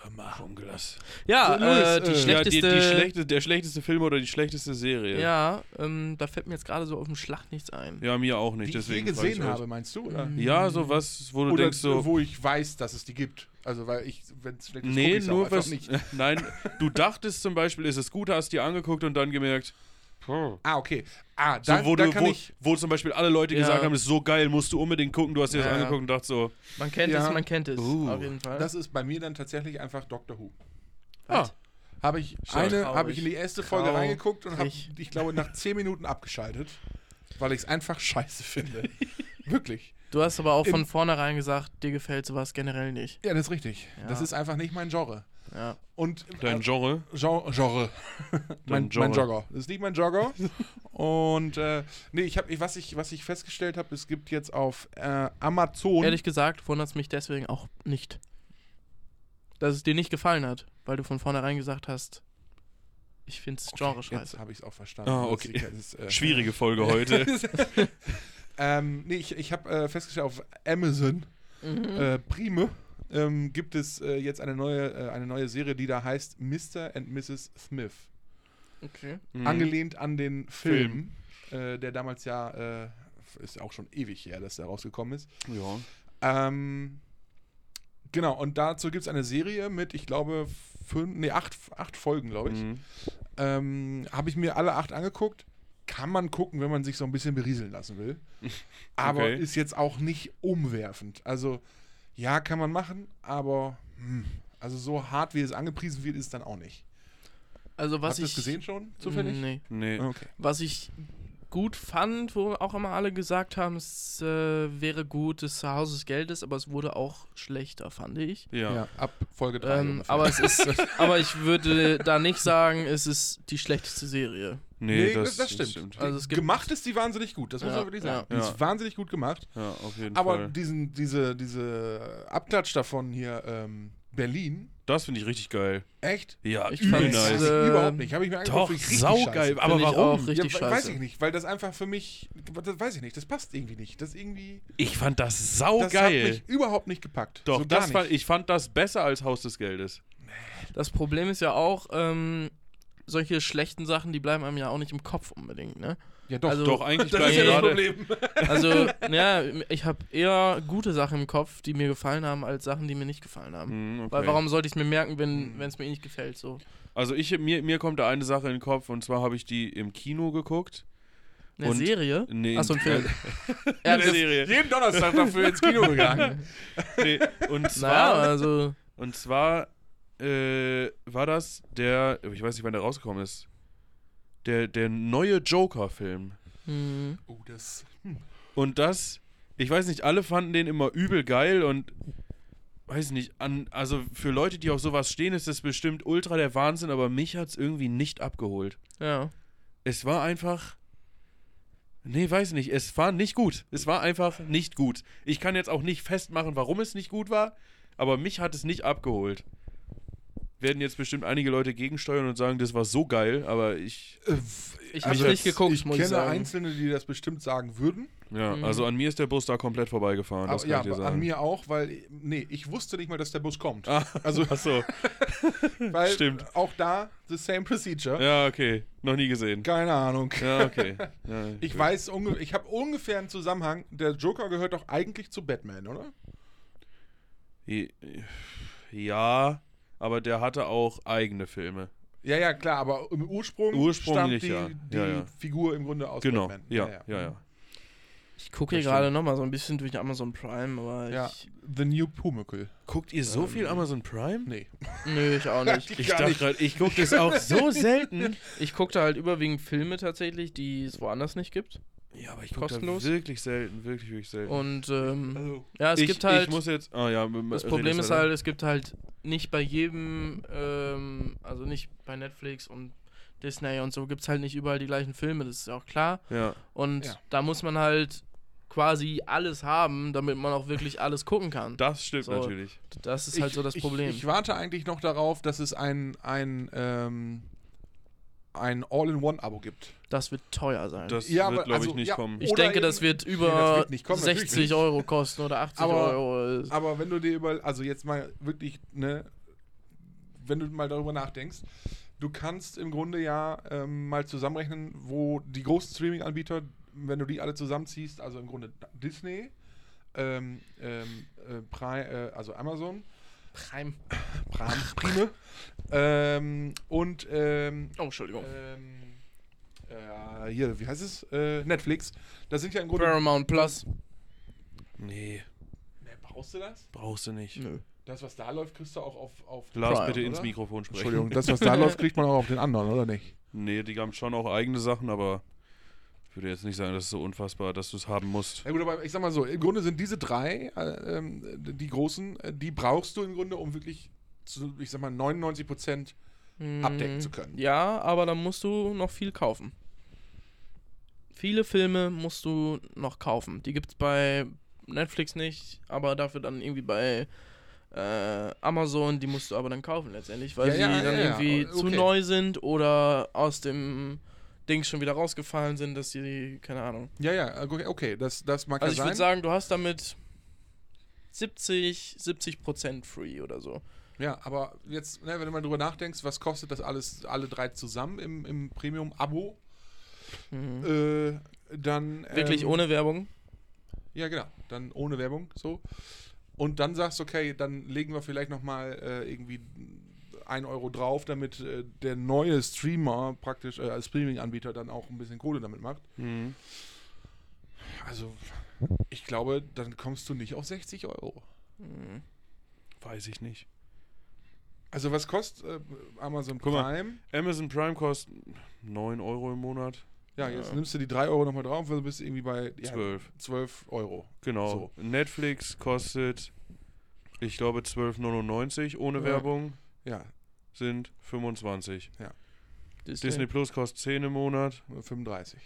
Hör mal. Vom Glas.
Ja,
So, Luis,
äh,
Ja,
äh,
die
die,
schlechteste.
die schlechte, der schlechteste Film oder die schlechteste Serie.
ja ähm, da fällt mir jetzt gerade so auf dem Schlag nichts ein.
Ja, mir auch
Die
nicht.
ich je
deswegen frag
gesehen
euch.
habe, meinst du? Oder,
Ja, sowas, wo du
oder
denkst so.
wo ich weiß, dass es die gibt. Also, weil ich, wenn es schlecht ist, guck
Nee,
ich's auch
nur
einfach
was.
nicht.
Nein, du dachtest zum Beispiel, ist es gut, hast dir angeguckt und dann gemerkt. puh.
Ah, okay. Ah,
So,
dann,
wo,
dann
du,
kann
wo,
ich.
wo zum Beispiel alle Leute
Ja.
gesagt haben, ist so geil, musst du unbedingt gucken. Du hast dir
Ja,
das
ja.
angeguckt und dacht so,
Man kennt
Ja.
es, man kennt es.
Uh.
Auf jeden Fall. Halt.
Das ist bei mir dann tatsächlich einfach Doctor Who.
ah,
Habe ich
Schade.
eine,
Traurig.
habe ich in die erste Folge
Traurig.
reingeguckt und habe, ich glaube, nach 10 Minuten abgeschaltet, weil ich es einfach scheiße finde. Wirklich.
du hast aber auch von
Im-
vornherein gesagt, dir gefällt sowas generell nicht.
Ja, das ist richtig.
Ja.
Das ist einfach nicht mein Genre.
Ja.
Und äh,
dein Genre.
Gen Genre. mein,
Genre.
mein Jogger. Das ist nicht mein Jogger. und äh, nee, ich hab, ich, was, ich, was ich festgestellt habe, es gibt jetzt auf äh, Amazon.
Ehrlich gesagt wundert es mich deswegen auch nicht. Dass es dir nicht gefallen hat, weil du von vornherein gesagt hast, ich find's Genre
okay,
scheiße.
Jetzt habe ich es auch verstanden.
Ah,
Das
okay.
ist- das ist, äh,
Schwierige Folge heute.
ähm, nee, ich, ich habe äh, festgestellt, auf Amazon
Mhm.
äh, Prime ähm, gibt es äh, jetzt eine neue, äh, eine neue Serie, die da heißt Mr. and Mrs. Smith.
Okay.
Mhm.
Angelehnt an den Film, Äh, der damals ja, äh, ist auch schon ewig her, dass der rausgekommen ist.
Ja.
Ähm, genau, und dazu gibt es eine Serie mit, ich glaube, fünf, nee, acht, acht Folgen, glaube ich.
Mhm.
Ähm, Habe ich mir alle acht angeguckt. Kann man gucken, wenn man sich so ein bisschen berieseln lassen will. Aber
Okay.
ist jetzt auch nicht umwerfend. Also, ja, kann man machen, aber hm, also so hart, wie es angepriesen wird, ist es dann auch nicht.
Also was
Habt ihr
ich
das gesehen schon, zufällig?
Nee.
Nee.
Ah, Okay.
Was ich gut fand, wo auch immer alle gesagt haben, es äh, wäre gut, das Haus des Geldes, aber es wurde auch schlechter, fand ich.
Ja.
Ja. ab Folge 3.
Ähm, aber es ist, aber ich würde da nicht sagen, es ist die schlechteste Serie.
Nee,
Nee,
das,
das stimmt.
Also es gibt
gemacht ist die wahnsinnig gut, das muss
Ja,
man wirklich sagen.
ja.
Die
Ja.
ist wahnsinnig gut gemacht.
Ja, auf jeden
Aber
Fall.
diesen, diese, diese Abklatsch davon hier, ähm, Berlin,
Das finde ich richtig geil.
echt?
Ja,
Ich
übel
fand's,
nice.
Nice.
äh,
überhaupt nicht. Habe ich mir angeguckt,
Doch,
find ich richtig
saugeil.
scheiße.
Aber
Find ich
warum?
Auch richtig
ja, we-
scheiße.
Weiß ich nicht, weil das einfach für mich, das weiß ich nicht, das passt irgendwie nicht. Das irgendwie,
Ich fand das
das
saugeil.
hat mich überhaupt nicht gepackt.
Oh, Doch,
so gar
das
nicht.
fand, ich fand das besser als Haus des Geldes.
Das Problem ist ja auch, ähm, solche schlechten Sachen, die bleiben einem ja auch nicht im Kopf unbedingt, ne?
ja, doch,
also-
doch.
Doch, eigentlich
Das
bleiben
ist ja das
gerade-
Problem.
Also, ja, ich habe eher gute Sachen im Kopf, die mir gefallen haben, als Sachen, die mir nicht gefallen haben.
Mhm, okay. Hm.
Weil warum sollte ich es mir merken, wenn es mir eh nicht gefällt? So.
Also ich, mir, mir kommt da eine Sache in den Kopf und zwar habe ich die im Kino geguckt.
Eine
Und-
Serie?
Nee,
Achso, ein Film.
Ja,
ja,
eine
das,
Serie.
Jeden Donnerstag dafür ins Kino gegangen.
Nee, und zwar,
naja, also,
und zwar äh, war das der, ich weiß nicht, wann der rausgekommen ist, der, der neue Joker-Film.
hm,
Oh, das.
Und das, ich weiß nicht, alle fanden den immer übel geil und weiß nicht, an, also für Leute, die auf sowas stehen, ist das bestimmt ultra der Wahnsinn, aber mich hat's irgendwie nicht abgeholt.
Ja.
Es war einfach. Nee, weiß nicht. Es war nicht gut. Es war einfach nicht gut. Ich kann jetzt auch nicht festmachen, warum es nicht gut war, aber mich hat es nicht abgeholt. Werden jetzt bestimmt einige Leute gegensteuern und sagen, das war so geil, aber ich.
Ich hab's nicht geguckt,
also ich
muss ich
kenne
sagen.
Einzelne, die das bestimmt sagen würden.
Ja,
Mhm.
also an mir ist der Bus da komplett vorbeigefahren. Das
Aber,
kann
ja,
ich dir
aber
sagen.
an mir auch, weil, nee, ich wusste nicht mal, dass der Bus kommt.
Ah,
Also,
achso.
weil
stimmt.
auch da, the same procedure.
Ja, okay. Noch nie gesehen.
Keine Ahnung.
Ja, okay. Ja,
Ich
gut.
weiß, unge- ich habe ungefähr einen Zusammenhang. Der Joker gehört doch eigentlich zu Batman, oder?
Ja, aber der hatte auch eigene Filme.
Ja, ja, klar, aber im Ursprung,
Ursprung
stammt
nicht,
die,
ja.
die
Ja, ja.
Figur im Grunde aus
genau.
Batman. Mhm.
Ja, ja, ja.
Ich gucke hier
Das
gerade nochmal so ein bisschen durch Amazon Prime, aber
Ja.
ich.
The New Pumuckl.
Guckt ihr
Ähm,
so viel Amazon Prime?
Nee.
Nö, ich auch nicht.
Ich
Gar
dachte
nicht.
gerade, ich gucke das auch so selten.
Ich gucke da halt überwiegend Filme tatsächlich, die es woanders nicht gibt.
Ja, aber ich
guck da
gucke wirklich selten, wirklich, wirklich selten.
Und ähm,
Also,
ja, es
ich,
gibt halt.
Ich muss jetzt. Ah ja,
das Problem ist halt, es gibt halt nicht bei jedem, ähm, also nicht bei Netflix und Disney und so, gibt es halt nicht überall die gleichen Filme, das ist ja auch klar.
Ja,
Und
Ja.
da muss man halt quasi alles haben, damit man auch wirklich alles gucken kann.
das stimmt
So.
natürlich.
Das ist halt
ich-
so das
ich,
Problem.
Ich warte eigentlich noch darauf, dass es ein, ein, ähm, ein All-in-One-Abo gibt.
das wird teuer sein.
Das
Ja,
wird,
aber
glaube ich,
also,
nicht
ja.
kommen.
ich
oder
denke,
eben-
das wird
Nee,
über
das wird nicht kommen, natürlich
60
nicht.
Euro kosten oder 80
Aber-
Euro.
Aber wenn du dir über, also jetzt mal wirklich, ne, wenn du mal darüber nachdenkst, du kannst im Grunde ja ähm, mal zusammenrechnen, wo die großen Streaming-Anbieter, wenn du die alle zusammenziehst, also im Grunde Disney, ähm, ähm, äh, Pri äh, also Amazon,
Prime.
Pram, Prime ähm, und ähm,
Oh, Entschuldigung.
ähm, äh, hier, wie heißt es? Äh, Netflix. Das sind ja im Grunde.
Paramount Plus.
Nee,
Ne, brauchst du das?
brauchst du nicht.
Nö.
Das, was da läuft, kriegst du auch auf. auf
Lars,
Prime,
bitte ins
oder?
Mikrofon sprechen.
Entschuldigung, das, was da läuft, kriegt man auch auf den anderen, oder nicht?
Nee, die haben schon auch eigene Sachen, aber ich würde jetzt nicht sagen, das ist so unfassbar, dass du es haben musst.
Ja gut, aber ich sag mal so, im Grunde sind diese drei, äh, ähm, die großen, äh, die brauchst du im Grunde, um wirklich zu, ich sag mal, 99 Prozent abdecken zu können.
Mhm. Ja, aber dann musst du noch viel kaufen. Viele Filme musst du noch kaufen. Die gibt's bei Netflix nicht, aber dafür dann irgendwie bei äh, Amazon, die musst du aber dann kaufen letztendlich, weil
Ja,
sie
ja, ja,
dann
ja,
irgendwie
o-
zu
okay.
neu sind oder aus dem Ding schon wieder rausgefallen sind, dass sie, keine Ahnung.
Ja, ja, äh, okay, okay das, das mag
Also
ja
ich würde
sein.
sagen, du hast damit 70, 70 Prozent free oder so.
Ja, aber jetzt, ne, wenn du mal drüber nachdenkst, was kostet das alles, alle drei zusammen im, im Premium-Abo,
Mhm.
äh, dann... ähm,
Wirklich ohne Werbung.
Ja, genau. Dann ohne Werbung, so. Und dann sagst du, okay, dann legen wir vielleicht nochmal äh, irgendwie 1 Euro drauf, damit äh, der neue Streamer praktisch äh, als Streaming-Anbieter dann auch ein bisschen Kohle damit macht.
Mhm.
Also, ich glaube, dann kommst du nicht auf 60 Euro.
Mhm.
Weiß ich nicht.
Also, was kostet äh, Amazon
Guck mal.
Prime?
Amazon Prime kostet 9 Euro im Monat.
Ja, jetzt
Ja.
nimmst du die 3 Euro nochmal drauf, also bist du irgendwie bei ja,
12.
12 Euro.
Genau. Netflix kostet, ich glaube, 12,99 ohne
Ja.
Werbung
Ja,
sind 25.
Disney.
Disney Plus kostet 10 im Monat,
35.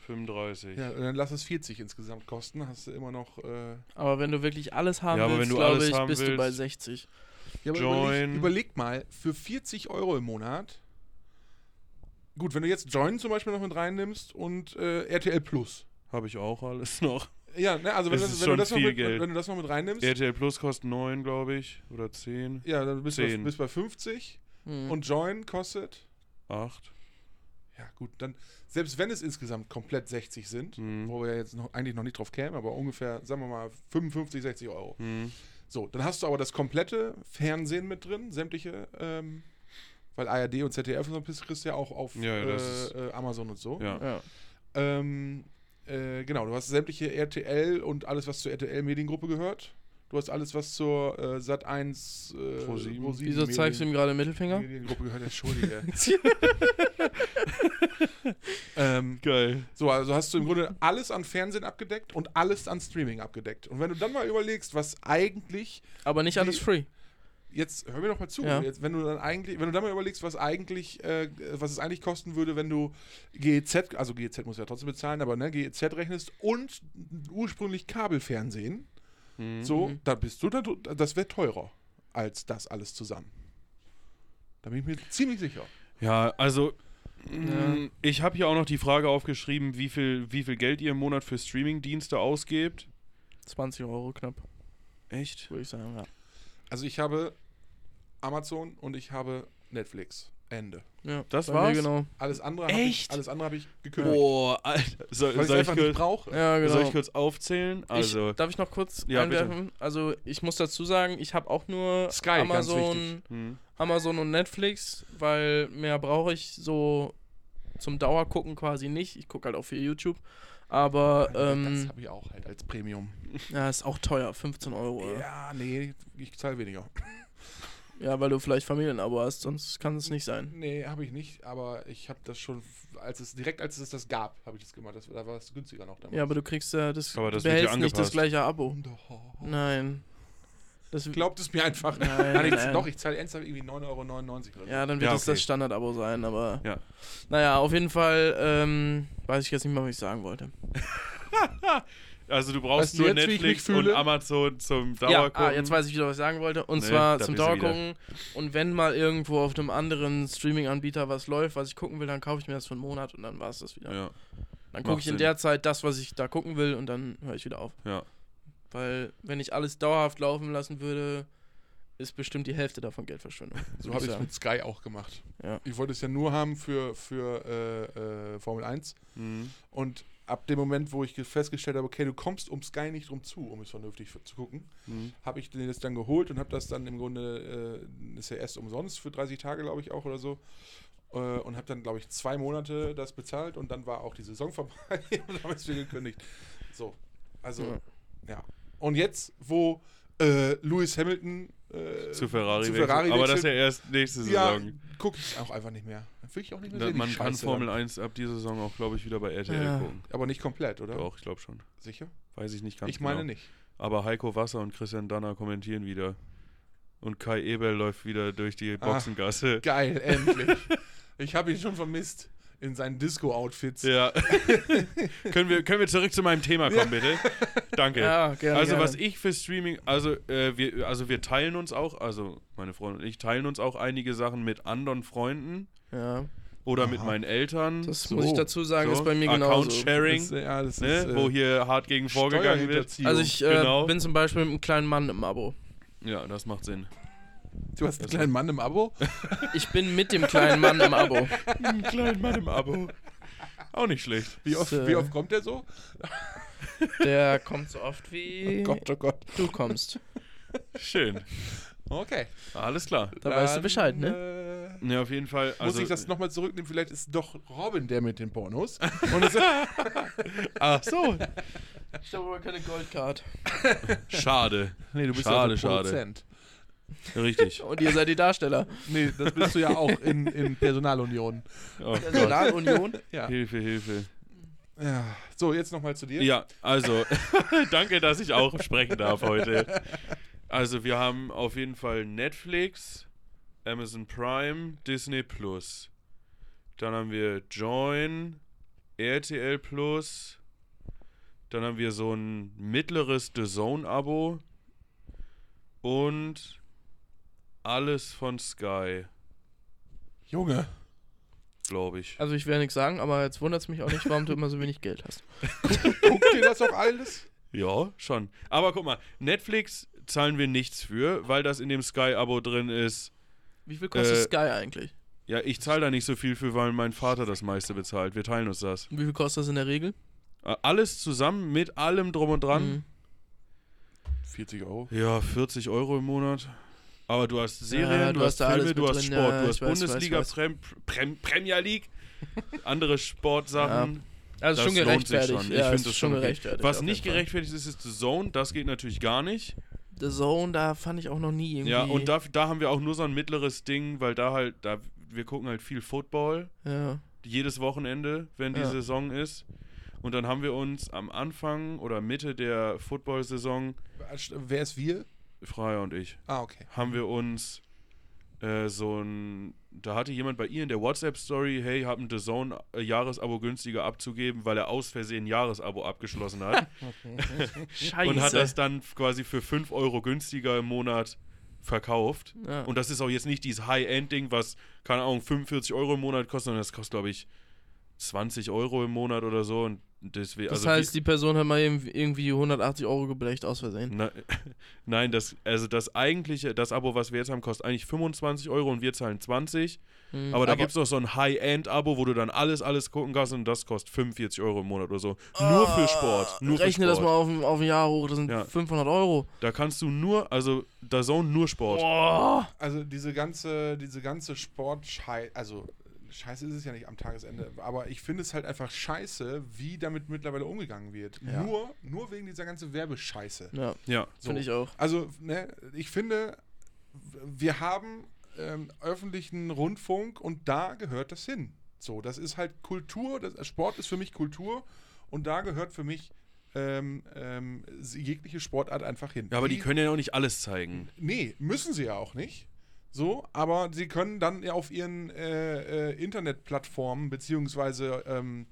35.
Ja, und dann lass es 40 insgesamt kosten, hast du immer noch. Äh,
Aber wenn du wirklich alles haben
Ja, aber
willst,
wenn du
glaube
alles
ich,
haben
bist du bei
willst-
60.
Ja, aber
Join.
Überleg, überleg mal, für 40 Euro im Monat. Gut, wenn du jetzt Join zum Beispiel noch mit reinnimmst und äh, RTL Plus.
Habe ich auch alles noch.
Ja, ne, also wenn,
Es
das,
ist
wenn, du
schon
das noch
viel
mit,
Geld.
wenn du das noch mit reinnimmst,
RTL Plus kostet 9, glaube ich, oder 10,
ja, dann bist du
Zehn.
bist bei 50
Hm.
und Join kostet.
8.
Ja, gut, dann, selbst wenn es insgesamt komplett 60 sind,
Mhm.
wo wir jetzt noch, eigentlich noch nicht drauf kämen, aber ungefähr, sagen wir mal, 55, 60 Euro.
Hm.
So, dann hast du aber das komplette Fernsehen mit drin, sämtliche, ähm, weil ARD und ZDF und so ein bisschen kriegst du ja auch auf
Ja, ja, das ist-
äh, äh, Amazon und so.
Ja.
ja.
Ähm, äh, genau, du hast sämtliche RTL und alles, was zur RTL-Mediengruppe gehört. Du hast alles, was zur äh, Sat 1 äh,
ProSieben.
ProSieben
Wieso zeigst du ihm gerade den Mittelfinger?
Mediengruppe gehört, entschuldige. ähm,
Geil.
so, also hast du im Grunde alles an Fernsehen abgedeckt und alles an Streaming abgedeckt. Und wenn du dann mal überlegst, was eigentlich
Aber nicht alles
Wie-
free.
jetzt hör mir doch mal zu.
Ja.
Jetzt, wenn du dann eigentlich, wenn du dann mal überlegst, was eigentlich, äh, was es eigentlich kosten würde, wenn du GEZ, also GEZ muss ja trotzdem bezahlen, aber ne, GEZ rechnest und ursprünglich Kabelfernsehen,
Hm.
so, da bist du, da, du- das wäre teurer als das alles zusammen. Da bin ich mir ziemlich sicher.
Ja, also mh, ich habe hier auch noch die Frage aufgeschrieben, wie viel, wie viel Geld ihr im Monat für Streamingdienste ausgebt.
20 Euro knapp,
Echt?
würde ich sagen, ja.
Also ich habe Amazon und ich habe Netflix. Ende.
ja
Das
bei mir
war's?
Genau.
Alles andere habe ich,
Echt?
alles andere habe ich gekündigt.
Boah, Alter. Soll,
Weil Oh, ich es
soll, ich
einfach nicht
kurz,
brauche.
Ja, genau.
soll ich kurz aufzählen? Also,
ich, darf ich noch kurz
Ja,
einwerfen? Also, ich muss dazu sagen, ich habe auch nur
Sky, ganz
Amazon,
wichtig.
hm,
Amazon und Netflix, weil mehr brauche ich so zum Dauergucken quasi nicht. Ich gucke halt auch viel YouTube. Aber
das
ähm,
habe ich auch halt als Premium.
ja, ist auch teuer, 15 Euro. oder?
Ja, nee, ich zahle weniger.
ja, weil du vielleicht Familienabo hast, sonst kann es nicht sein.
Nee, habe ich nicht, aber ich habe das schon, als es direkt als es das gab, habe ich das gemacht. Das, da war es günstiger noch damals.
Ja, aber du kriegst ja das,
Aber das
du
wird ja
behältst nicht das
angepasst.
gleiche Abo.
Doch.
Nein. Das,
Glaubt es mir einfach.
Nein,
Nein, ich,
nein.
Doch, ich zahle ernsthaft irgendwie 9,99 Euro. Oder so.
ja, dann wird
Ja,
es das
okay.
Standard-Abo sein, aber.
Ja.
Naja, auf jeden Fall ähm, weiß ich jetzt nicht mehr, was ich sagen wollte.
also du brauchst
Weißt du
nur
jetzt, wie ich mich
Netflix und
fühle?
Amazon zum
Ja,
Dauergucken.
ah, jetzt weiß ich wieder, was ich sagen wollte. Und
Nee,
zwar
da
zum
bist du wieder.
Dauergucken. Und wenn mal irgendwo auf einem anderen Streaming-Anbieter was läuft, was ich gucken will, dann kaufe ich mir das für einen Monat und dann war es das wieder.
Ja,
Dann
macht
gucke ich in
Sinn.
der Zeit das, was ich da gucken will und dann höre ich wieder auf.
ja.
Weil, wenn ich alles dauerhaft laufen lassen würde, ist bestimmt die Hälfte davon Geldverschwendung.
So
würd
habe ich es
sagen.
mit Sky auch gemacht.
Ja.
Ich wollte es ja nur haben für, für äh, äh, Formel 1.
Hm.
Und ab dem Moment, wo ich ge- festgestellt habe, okay, du kommst um Sky nicht drum zu, um es vernünftig f- zu gucken,
Hm.
habe ich den jetzt dann geholt und habe das dann im Grunde, äh, ist ja erst umsonst für 30 Tage, glaube ich, auch oder so. Äh, und habe dann, glaube ich, zwei Monate das bezahlt und dann war auch die Saison vorbei und habe es mir gekündigt. So, also, ja.
Ja.
Und jetzt, wo äh, Lewis Hamilton äh,
Zu Ferrari,
zu
wechseln.
Ferrari
Aber das ist ja
wechselt,
erst nächste
ja,
Saison.
gucke ich auch einfach nicht mehr. Will ich auch nicht mehr
Na,
sehen. die
man kann
Scheiße
Formel
dann.
1 ab dieser Saison auch, glaube ich, wieder bei RTL
Ja.
gucken.
Aber nicht komplett, oder?
Doch, ich glaube schon.
Sicher?
Weiß ich nicht ganz
ich meine
genau.
nicht.
Aber Heiko Wasser und Christian Danner kommentieren wieder. Und Kai Eberl läuft wieder durch
Ah.
die Boxengasse.
Geil, endlich. ich habe ihn schon vermisst in seinen Disco-Outfits.
ja. können, wir, können wir zurück zu meinem Thema kommen, bitte? Danke.
Ja, gerne,
also,
gerne.
was ich für Streaming, also, äh, wir, also wir teilen uns auch, also meine Freundin und ich teilen uns auch einige Sachen mit anderen Freunden
Ja,
oder mit meinen Eltern.
das
So.
muss ich dazu sagen,
Mhm. So,
ist bei mir
Account
genauso.
Sharing,
Das, äh, ja, das
ne,
ist, äh,
wo hier hart gegen vorgegangen wird.
Steuerhinterziehung.
Also ich äh,
Genau.
bin zum Beispiel mit einem kleinen Mann im Abo.
Ja, das macht Sinn.
du hast einen kleinen Mann im Abo.
Ich bin mit dem kleinen Mann im Abo.
Einen kleinen Mann im Abo. Auch nicht schlecht.
Wie oft,
So.
wie oft kommt der so?
Der kommt so oft wie
Gott, oh Gott.
du kommst.
Schön.
Okay.
Alles klar.
Da weißt du Bescheid, ne?
ne?
Ja, auf jeden Fall.
Muss
Also,
ich das nochmal zurücknehmen? Vielleicht ist doch Robin der mit den Pornos.
Ach so.
Ich habe aber keine Goldcard.
Schade.
Nee, du
Schade,
der
schade.
Produzent.
Richtig. Oh
Und ihr seid die Darsteller.
Nee, das bist du ja auch in, in Personalunion.
Oh
Also,
Gott.
Personalunion.
Ja.
Hilfe, Hilfe.
ja. So, jetzt nochmal zu dir.
Ja, also, danke, dass ich auch sprechen darf heute. Also, wir haben auf jeden Fall Netflix, Amazon Prime, Disney Plus. Dann haben wir Join, RTL Plus. Dann haben wir so ein mittleres The Zone-Abo. Und alles von Sky,
Junge.
glaube ich.
Also ich werde nichts sagen, aber jetzt wundert es mich auch nicht, warum du immer so wenig Geld hast.
Guckt dir das auch alles?
Ja, schon. Aber guck mal, Netflix zahlen wir nichts für, weil das in dem Sky-Abo drin ist.
Wie viel kostet
Äh,
Sky eigentlich?
Ja, ich zahle da nicht so viel für, weil mein Vater das meiste bezahlt. Wir teilen uns das.
Wie viel kostet das in der Regel?
Äh, Alles zusammen mit allem drum und dran.
Mhm.
40 Euro.
Ja, 40 Euro im Monat. Aber du hast Serien,
Ja,
du, hast,
da alles
Filme, du
mit
hast
drin.
Sport,
Ja,
du
ich
hast
weiß,
Bundesliga,
weiß,
Prem, Prem, Premier League, andere Sportsachen.
Also
Das
schon
lohnt sich
gerechtfertigt.
schon.
Ja,
ich
es
finde
ist
das schon
gerechtfertigt.
gerechtfertigt. Was
auf
nicht
jeden Fall.
gerechtfertigt ist, ist The Zone. Das geht natürlich gar nicht.
The Zone, da fand ich auch noch nie irgendwie.
Ja, und da, da haben wir auch nur so ein mittleres Ding, weil da halt, da, wir gucken halt viel Football,
Ja.
jedes Wochenende, wenn die
Ja.
Saison ist. Und dann haben wir uns am Anfang oder Mitte der Football-Saison,
Wer ist wir?
Freier und ich,
Ah, okay.
haben wir uns äh, so ein, da hatte jemand bei ihr in der WhatsApp-Story, hey, hab ein The Zone äh, Jahresabo günstiger abzugeben, weil er aus Versehen ein Jahresabo abgeschlossen hat.
Scheiße.
und hat das dann quasi für 5 Euro günstiger im Monat verkauft.
Ja.
Und das ist auch jetzt nicht dieses High-End-Ding, was, keine Ahnung, 45 Euro im Monat kostet, sondern das kostet, glaube ich, 20 Euro im Monat oder so. Und deswegen,
das
also
heißt, die Person hat mal eben irgendwie 180 Euro geblecht aus
wie-
Versehen.
Na, nein, das, also das eigentliche, das Abo, was wir jetzt haben, kostet eigentlich 25 Euro und wir zahlen 20.
Mhm.
Aber da gibt es noch so ein High-End-Abo, wo du dann alles, alles gucken kannst und das kostet 45 Euro im Monat oder so. nur für Sport. Nur
Ah, Rechne
für Sport.
das mal auf, ein- auf ein Jahr hoch, das sind
Ja.
500 Euro.
Da kannst du nur, also da Zone nur Sport.
Boah.
Also diese ganze, diese ganze Sportscheiße, also scheiße ist es ja nicht am Tagesende, aber ich finde es halt einfach scheiße, wie damit mittlerweile umgegangen wird.
Ja.
Nur, nur wegen dieser ganzen Werbescheiße.
Ja,
Ja.
So.
finde ich auch.
Also, ne, ich finde, wir haben ähm, öffentlichen Rundfunk und da gehört das hin. So, das ist halt Kultur, das, Sport ist für mich Kultur und da gehört für mich ähm, ähm, jegliche Sportart einfach hin.
Ja, aber die können ja auch nicht alles zeigen.
Nee, müssen sie ja auch nicht. So, aber sie können dann ja auf ihren äh, äh, Internetplattformen, beziehungsweise, ähm,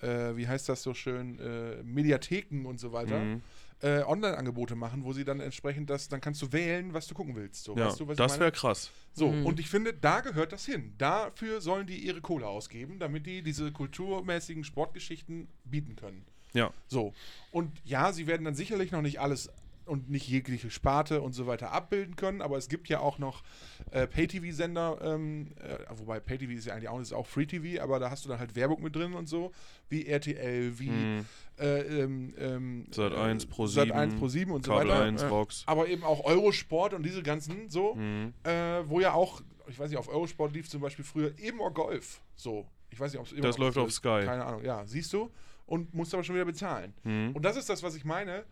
äh, wie heißt das so schön, äh, Mediatheken und so weiter,
Mhm.
äh, Online-Angebote machen, wo sie dann entsprechend das, dann kannst du wählen, was du gucken willst. So,
Ja,
weißt du, was ich
das
meine?
wäre krass.
So,
Mhm.
und ich finde, da gehört das hin. Dafür sollen die ihre Kohle ausgeben, damit die diese kulturmäßigen Sportgeschichten bieten können.
Ja.
So. Und ja, sie werden dann sicherlich noch nicht alles und nicht jegliche Sparte und so weiter abbilden können, aber es gibt ja auch noch äh, Pay-TV-Sender, ähm, äh, wobei Pay-TV ist ja eigentlich auch, ist auch Free-TV, aber da hast du dann halt Werbung mit drin und so, wie RTL, wie
Mhm.
äh, ähm, ähm,
Sat 1 Pro 7.
Sat 1 Pro 7 und so
Kabel
weiter. Äh, Ah.
1,
Ja.
Vox.
Aber eben auch Eurosport und diese ganzen so
Mhm.
äh, wo ja auch, ich weiß nicht, auf Eurosport lief zum Beispiel früher Ebenor Golf. So, ich weiß nicht, ob es
Das läuft auf Sky.
Keine Ahnung, ja, siehst du? Und musst aber schon wieder bezahlen.
Mhm.
Und das ist das, was ich meine.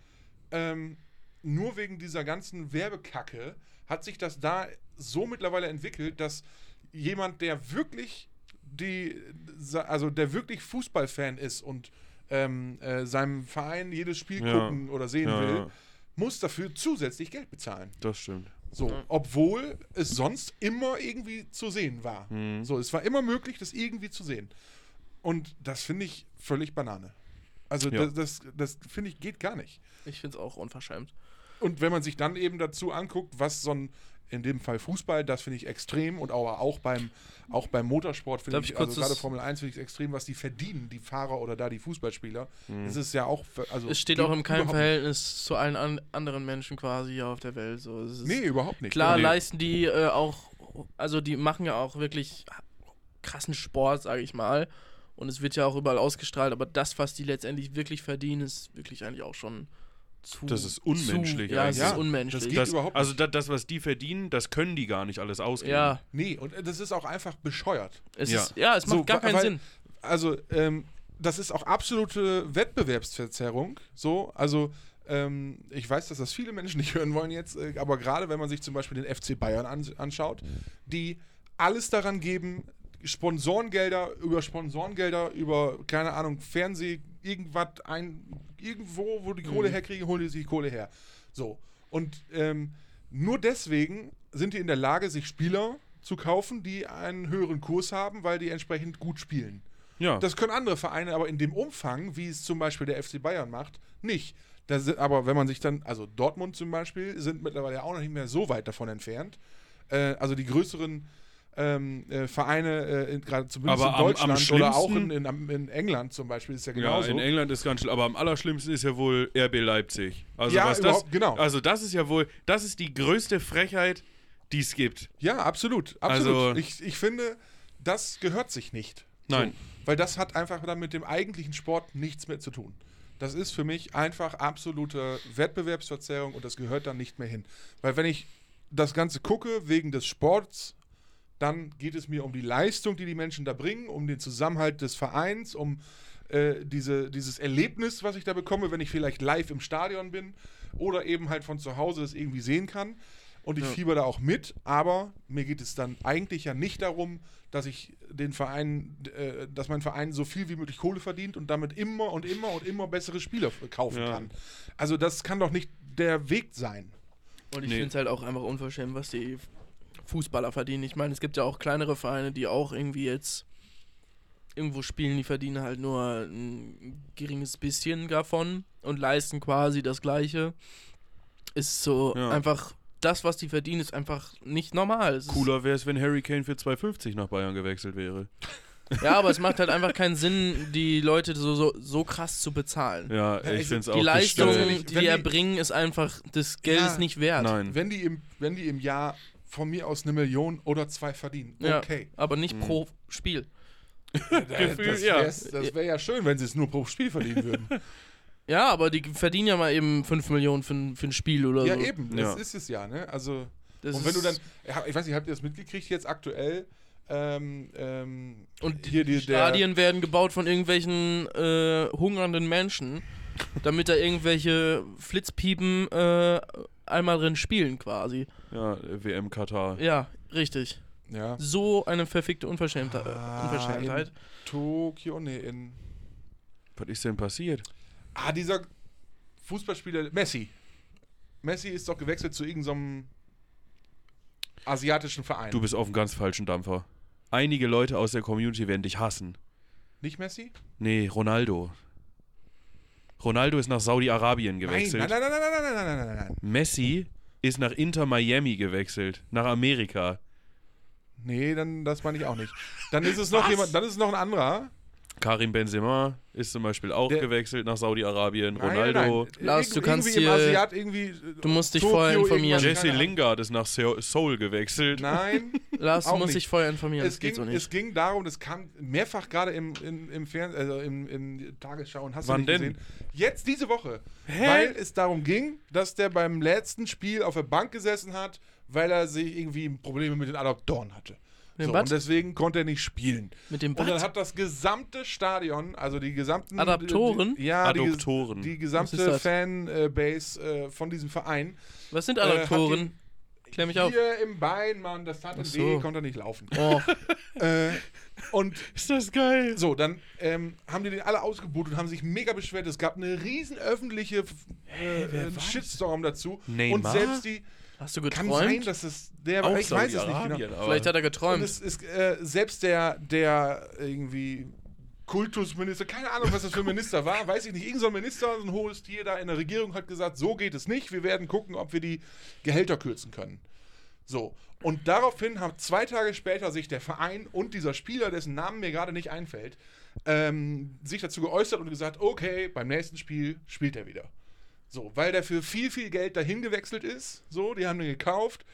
Ähm, nur wegen dieser ganzen Werbekacke hat sich das da so mittlerweile entwickelt, dass jemand, der wirklich die, also der wirklich Fußballfan ist und ähm, äh, seinem Verein jedes Spiel
Ja.
gucken oder sehen
Ja,
will,
ja,
muss dafür zusätzlich Geld bezahlen.
das stimmt.
So,
Ja.
obwohl es sonst immer irgendwie zu sehen war.
Mhm.
So, es war immer möglich, das irgendwie zu sehen. Und das finde ich völlig Banane. Also
Ja.
das, das, das finde ich geht gar nicht.
Ich finde es auch unverschämt.
Und wenn man sich dann eben dazu anguckt, was so ein in dem Fall Fußball, das finde ich extrem und aber auch beim auch beim Motorsport finde
Darf
ich,
ich kurz
also gerade
das-
Formel 1 finde ich extrem, was die verdienen, die Fahrer oder da die Fußballspieler. Es ist ja auch also
Mhm. Es steht
geht
auch in keinem
überhaupt nicht.
Verhältnis zu allen an anderen Menschen quasi hier auf der Welt. So, es ist
Nee, überhaupt nicht.
Klar
Nee.
leisten die äh, auch, also die machen ja auch wirklich krassen Sport, sage ich mal. Und es wird ja auch überall ausgestrahlt, aber das, was die letztendlich wirklich verdienen, ist wirklich eigentlich auch schon zu.
Das ist unmenschlich
Zu, ja, es
eigentlich.
ist unmenschlich.
Das geht
Das,
überhaupt nicht.
also da, das, was die verdienen, das können die gar nicht alles ausgeben.
ja,
Nee, und das ist auch einfach bescheuert.
es
Ja.
ist, ja, es macht
So,
gar
wa-
keinen
weil-
Sinn.
also ähm, das ist auch absolute Wettbewerbsverzerrung. So, also ähm, ich weiß, dass das viele Menschen nicht hören wollen jetzt, äh, aber gerade wenn man sich zum Beispiel den FC Bayern ans- anschaut, die alles daran geben, Sponsorengelder über Sponsorengelder über keine Ahnung Fernseh irgendwas ein irgendwo, wo die
Mhm.
Kohle herkriegen, holen die sich die Kohle her. So und ähm, nur deswegen sind die in der Lage, sich Spieler zu kaufen, die einen höheren Kurs haben, weil die entsprechend gut spielen.
ja.
Das können andere Vereine aber in dem Umfang, wie es zum Beispiel der FC Bayern macht, nicht. Da sind, aber wenn man sich dann, also Dortmund zum Beispiel, sind mittlerweile auch noch nicht mehr so weit davon entfernt. Äh, also die größeren ähm, äh, Vereine, äh, in- gerade zumindest
Aber
in
am- am
Deutschland oder auch in,
schlimmsten-
in, am- in England zum Beispiel, ist ja
ja,
genauso.
in England ist ganz schlimm, aber am allerschlimmsten ist ja wohl RB Leipzig. Also
Ja,
was das,
überhaupt, genau.
Also das ist ja wohl, das ist die größte Frechheit, die es gibt.
Ja, absolut. absolut.
Also-
ich, ich finde, das gehört sich nicht.
Nein.
So, weil das hat einfach dann mit dem eigentlichen Sport nichts mehr zu tun. Das ist für mich einfach absolute Wettbewerbsverzerrung und das gehört dann nicht mehr hin. Weil wenn ich das Ganze gucke wegen des Sports, dann geht es mir um die Leistung, die die Menschen da bringen, um den Zusammenhalt des Vereins, um äh, diese, dieses Erlebnis, was ich da bekomme, wenn ich vielleicht live im Stadion bin, oder eben halt von zu Hause das irgendwie sehen kann. Und ich
Ja.
fieber da auch mit, aber mir geht es dann eigentlich ja nicht darum, dass ich den Verein, äh, dass mein Verein so viel wie möglich Kohle verdient und damit immer und immer und immer bessere Spieler kaufen
Ja.
kann. Also das kann doch nicht der Weg sein.
Und ich
Nee.
finde es halt auch einfach unverschämt, was die Fußballer verdienen. Ich meine, es gibt ja auch kleinere Vereine, die auch irgendwie jetzt irgendwo spielen, die verdienen halt nur ein geringes bisschen davon und leisten quasi das Gleiche. Ist so
Ja.
einfach, das, was die verdienen, ist einfach nicht normal. Es
Cooler wäre es, wenn Harry Kane für 2,50 nach Bayern gewechselt wäre.
Ist, ja, aber es macht halt einfach keinen Sinn, die Leute so, so, so krass zu bezahlen.
Ja,
Ja,
ich
also
finde es
Die
auch
Leistung,
ganz
gestört.
ehrlich,
die
wenn
die
die-
erbringen, ist einfach des Geldes
Ja.
nicht wert.
Nein.
Wenn die im, wenn die im Jahr von mir aus eine Million oder zwei verdienen,
Ja,
okay.
Aber nicht pro
Mhm.
Spiel.
Gefühl,
das
ja.
wär's- das wäre ja schön, wenn sie es nur pro Spiel verdienen würden.
Ja, aber die verdienen ja mal eben 5 Millionen für, ein- für ein Spiel oder
ja,
so.
eben,
Ja.
das ist es ja, ne? Also,
Das
und wenn du
Also, ist-
dann, ja, ich weiß nicht, habt ihr das mitgekriegt jetzt aktuell? Ähm, ähm,
Und
hier die, der-
Stadien werden gebaut von irgendwelchen äh, hungernden Menschen, damit da irgendwelche Flitzpiepen äh, einmal drin spielen quasi.
Ja, WM Katar.
Ja, richtig.
Ja.
So eine verfickte Unverschämtheit.
Ah,
Unverschämtheit.
Tokio, nee, in.
Was ist denn passiert?
Ah, dieser Fußballspieler, Messi. Messi ist doch gewechselt zu irgendeinem asiatischen Verein.
Du bist auf einem ganz falschen Dampfer. Einige Leute aus der Community werden dich hassen.
nicht Messi?
Nee, Ronaldo. Ronaldo ist nach Saudi-Arabien
Nein,
gewechselt.
nein, nein, nein, nein, nein, nein, nein, nein, nein, nein.
Messi ist nach Inter Miami gewechselt, nach Amerika.
Nee, dann das meine ich auch nicht. Dann ist es noch jemand, dann ist es noch ein anderer.
Karim Benzema ist zum Beispiel auch
Der-
gewechselt nach Saudi-Arabien.
Nein,
Ronaldo.
nein.
Lars,
Irg-
du kannst
irgendwie im
hier-
Asiat irgendwie äh,
Du musst dich vorher informieren.
irgendwas,
Jesse
keine Ahnung.
Lingard ist nach Seoul- Seoul gewechelt.
Nein,
Lars, du
auch
musst
nicht.
dich vorher informieren.
es,
das geht
ging,
so nicht.
es ging darum, das kam mehrfach gerade im, im, im Fernsehen, also im, im Tagesschau und hast
Wann
du nicht
denn?
gesehen. Jetzt diese Woche.
Hä?
Weil es darum ging, dass der beim letzten Spiel auf der Bank gesessen hat, weil er sich irgendwie Probleme mit den Adoptoren hatte.
Mit dem
So,
Bad?
und deswegen konnte er nicht spielen.
Mit dem
Und dann
Bad?
hat das gesamte Stadion, also die gesamten
Adaptoren?
die, ja, die ges-
Adoptoren.
die
Was ist
gesamte
das?
Fanbase äh, von diesem Verein
Was sind
äh, hat
Adaptoren? Klär mich auf.
hier im Bein, Mann, das tat ihm
Ach so.
weh, konnte er nicht laufen.
Oh,
äh, und
Ist das geil?
so, dann ähm, haben die den alle ausgebucht und haben sich mega beschwert. Es gab eine riesen öffentliche äh, äh, Shitstorm dazu. Und
Neymar?
selbst die.
hast du
Kann sein,
geträumt?
dass es der.
Auch
ich weiß es nicht genau.
Saudi-Arabien, aber-
Vielleicht hat er
Und
geträumt.
es ist, äh, selbst der, der irgendwie Kultusminister, keine Ahnung, was das für ein Minister war, weiß ich nicht. Irgend so ein Minister, so ein hohes Tier da in der Regierung hat gesagt, so geht es nicht. Wir werden gucken, ob wir die Gehälter kürzen können. So. Und daraufhin hat zwei Tage später sich der Verein und dieser Spieler, dessen Namen mir gerade nicht einfällt, ähm, sich dazu geäußert und gesagt, okay, beim nächsten Spiel spielt er wieder. So, weil der für viel, viel Geld dahin gewechselt ist. So, die haben den gekauft.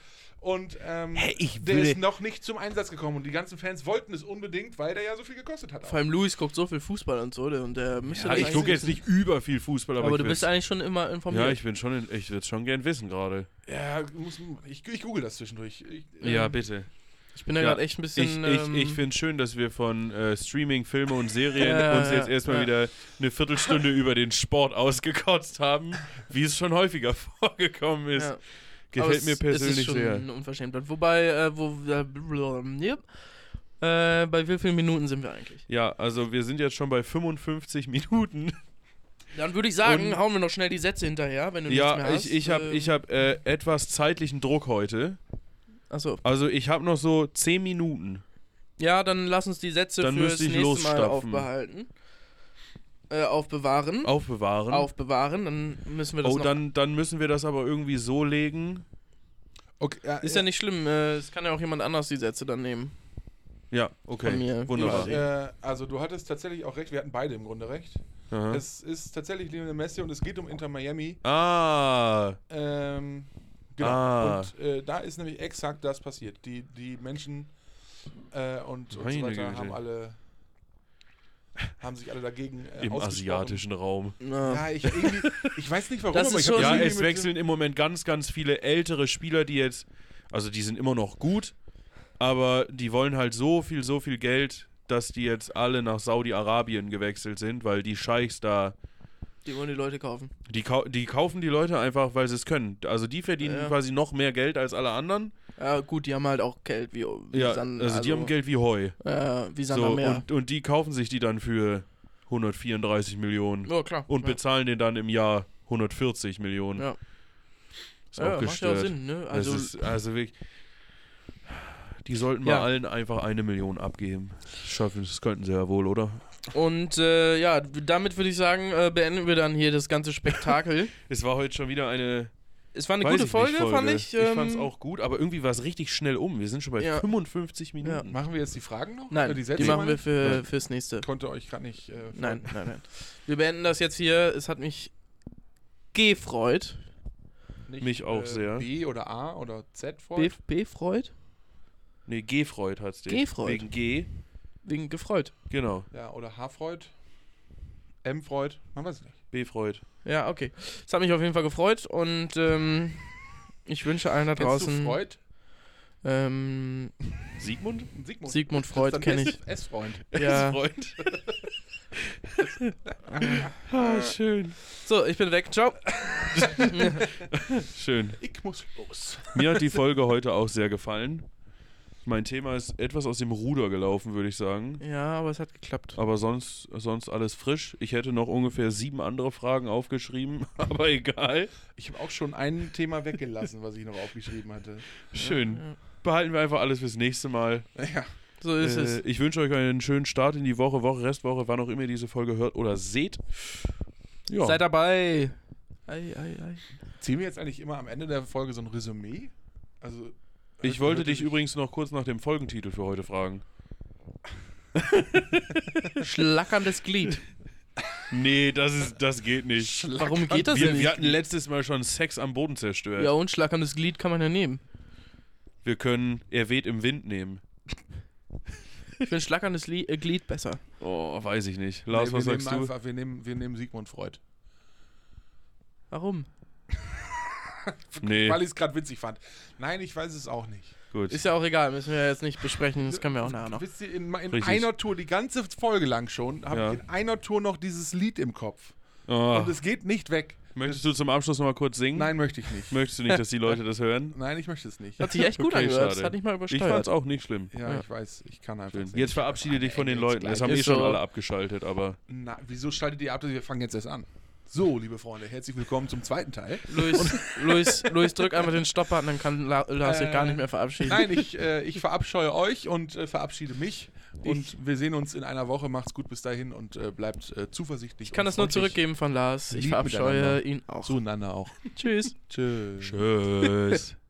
Und ähm,
ich
der
will-
ist noch nicht zum Einsatz gekommen. Und die ganzen Fans wollten es unbedingt, weil der ja so viel gekostet hat. auch.
Vor allem Luis guckt so viel Fußball und so, der- und der müsste
Ja,
das
ich
eigentlich
gucke jetzt
wissen.
nicht über viel Fußball, aber,
Aber
ich
du bist
will's-
eigentlich schon immer informiert.
Ja, ich bin schon, in- ich würde es schon gern wissen gerade.
Ja, muss, ich, ich google das zwischendurch. Ich, ähm,
Ja, bitte.
Ich bin da
Ja,
gerade echt ein bisschen.
ich ich,
ähm,
ich finde es schön, dass wir von äh, Streaming, Filme und Serien
Ja,
uns jetzt
ja,
erstmal
ja.
wieder eine Viertelstunde über den Sport ausgekotzt haben, wie es schon häufiger vorgekommen ist.
ja. aber
Gefällt
es-
mir
es ist
persönlich
schon
sehr.
Eine Unverschämtheit. Wobei, äh, wo, äh, blum, yep. äh, bei wie vielen Minuten sind wir eigentlich?
Ja, also wir sind jetzt schon bei 55 Minuten.
Dann würde ich sagen,
Und-
hauen wir noch schnell die Sätze hinterher, wenn du nichts
Ja,
mehr ähm. hast.
ich, ich habe ich hab, äh, etwas zeitlichen Druck heute.
Achso.
Also ich habe noch so 10 Minuten.
Ja, dann lass uns die Sätze
Dann
fürs
müsste ich
nächste Mal
losstapfen.
aufbehalten. Äh, aufbewahren.
Aufbewahren.
Aufbewahren, dann müssen wir das
oh,
noch.
dann, dann müssen wir das aber irgendwie so legen.
Okay, ja,
ist ja nicht schlimm, äh, es kann ja auch jemand anders die Sätze dann nehmen.
Ja, okay.
Von mir.
Wunderbar.
Ich, äh, also du hattest tatsächlich auch recht, wir hatten beide im Grunde recht.
Aha.
Es ist tatsächlich Lionel Messi und es geht um Inter Miami.
Ah,
Ähm, genau.
Ah.
Und äh, da ist nämlich exakt das passiert. Die, die Menschen äh, und, und so
Meine
weiter
Güte.
haben alle haben sich alle dagegen äh,
im
ausgesprochen.
asiatischen Raum.
Na,
Ja, ich, irgendwie, ich weiß nicht warum,
Das ist
ich hab
schon-
Ja,
irgendwie
es
mit-
wechseln im Moment ganz, ganz viele ältere Spieler, die jetzt, also die sind immer noch gut, aber die wollen halt so viel, so viel Geld, dass die jetzt alle nach Saudi-Arabien gewechselt sind, weil die Scheichs da
Die wollen die Leute kaufen.
Die, kau die kaufen die Leute einfach, weil sie es können. Also die verdienen
Ja.
quasi noch mehr Geld als alle anderen.
Ja, gut, die haben halt auch Geld wie, wie
Ja,
Sand-
also die haben Geld wie Heu.
Äh, wie Sand
So,
am Meer.
und, und die kaufen sich die dann für 134 Millionen
ja, klar.
und
ja.
bezahlen den dann im Jahr 140 Millionen.
Ja.
Ist
Ja,
auch
macht ja auch
gestört.
Sinn, ne?
Also,
Also,
das ist, also wirklich. Die sollten mal
Ja.
allen einfach eine Million abgeben. Schaffen, das könnten sie ja wohl, oder?
und äh, ja, damit würde ich sagen, äh, beenden wir dann hier das ganze Spektakel.
Es war heute schon wieder eine.
es war eine
weiß ich
gute
nicht,
Folge, fand ich.
ich
ähm,
fand es auch gut, aber irgendwie war es richtig schnell um. Wir sind schon bei
Ja.
55 Minuten.
Machen wir jetzt die Fragen noch?
Nein,
Oder
die,
Sätze
machen wir
meine
für, fürs nächste.
ich? Konnte euch gar nicht. Äh,
Nein,
folgen.
nein, nein. Wir beenden das jetzt hier. Es hat mich gefreut.
Nicht,
Mich auch
äh,
sehr.
B oder A oder Z vor.
B- Befreut?
Nee, G-Freud hat's den.
Gefreut.
Wegen G.
Wegen gefreut.
Genau.
Ja, oder H-Freud. M-Freud. Man weiß es nicht.
B-Freud.
Ja, okay. Es hat mich auf jeden Fall gefreut und ähm, ich wünsche allen da
Kennst du
draußen.
Freud?
Ähm,
Sigmund?
Sigmund.
Sigmund Freud kenne ich.
S-Freund.
Ja.
Freund. ah, schön.
So, ich bin weg. Ciao.
Schön.
Ich muss los.
Mir hat die Folge heute auch sehr gefallen. Mein Thema ist etwas aus dem Ruder gelaufen, würde ich sagen.
Ja, aber es hat geklappt.
Aber sonst, sonst alles frisch. Ich hätte noch ungefähr sieben andere Fragen aufgeschrieben, aber egal.
Ich habe auch schon ein Thema weggelassen, was ich noch aufgeschrieben hatte.
Schön.
Ja.
Behalten wir einfach alles fürs nächste Mal. Äh,
Ja.
So ist es.
Ich wünsche euch einen schönen Start in die Woche, Woche, Restwoche, wann auch immer ihr diese Folge hört oder seht. Ja.
Seid dabei. Ei, ei, ei.
Ziehen wir jetzt eigentlich immer am Ende der Folge so ein Resümee? Also.
ich wollte dich
übrigens.
übrigens noch kurz nach dem Folgentitel für heute fragen.
Schlackerndes Glied.
Nee, das, ist, das geht nicht.
Warum geht das denn
Wir, wir
nicht?
hatten letztes Mal schon Sex am Boden zerstört.
Ja, und schlackerndes Glied kann man ja nehmen.
Wir können Er weht im Wind nehmen.
Ich finde schlackerndes Li äh, Glied besser.
Oh, weiß ich nicht. Lars,
wir
was
nehmen
sagst du?
Einfach, wir, nehmen, wir nehmen Sigmund Freud.
Warum?
Nee,
Weil ich es gerade witzig fand. Nein, ich weiß es auch nicht.
gut.
Ist ja auch egal, müssen wir ja jetzt nicht besprechen, das können wir auch nachher noch.
Wisst ihr, in, in
Richtig.
einer Tour, die ganze Folge lang schon, habe
Ja.
ich in einer Tour noch dieses Lied im Kopf.
Ah.
Oh.
Und es geht nicht weg.
Möchtest du zum Abschluss nochmal kurz
Hm?
singen?
Nein, möchte ich nicht.
Möchtest du nicht, dass die Leute das hören?
Nein, ich möchte es nicht.
Hat Ah. sich echt gut
Okay,
angehört, das
schade.
hat nicht mal
Ich fand's
übersteuert.
auch nicht schlimm.
Ja,
Ja.
ich weiß, ich kann einfach
Schön.
nicht.
Jetzt verabschiede dich von den
Jetzt
Leuten.
gleich.
Es haben eh
Ist
schon
so.
alle abgeschaltet, aber
Na, wieso schaltet ihr ab? Also, Wir fangen jetzt erst an. So, liebe Freunde, herzlich willkommen zum zweiten Teil.
Luis, Luis, Luis, drück einfach den Stopp-Button, dann kann La- Lars sich
Äh,
gar nicht mehr verabschieden.
Nein, ich, äh, ich verabscheue euch und äh, verabschiede mich. Und wir sehen uns in einer Woche. Macht's gut bis dahin und äh, bleibt äh, zuversichtlich.
ich kann das nur zurückgeben von Lars. Ich
Lieb
verabscheue
miteinander.
ihn auch.
Zueinander auch.
Tschüss.
Tschüss.
tschüss.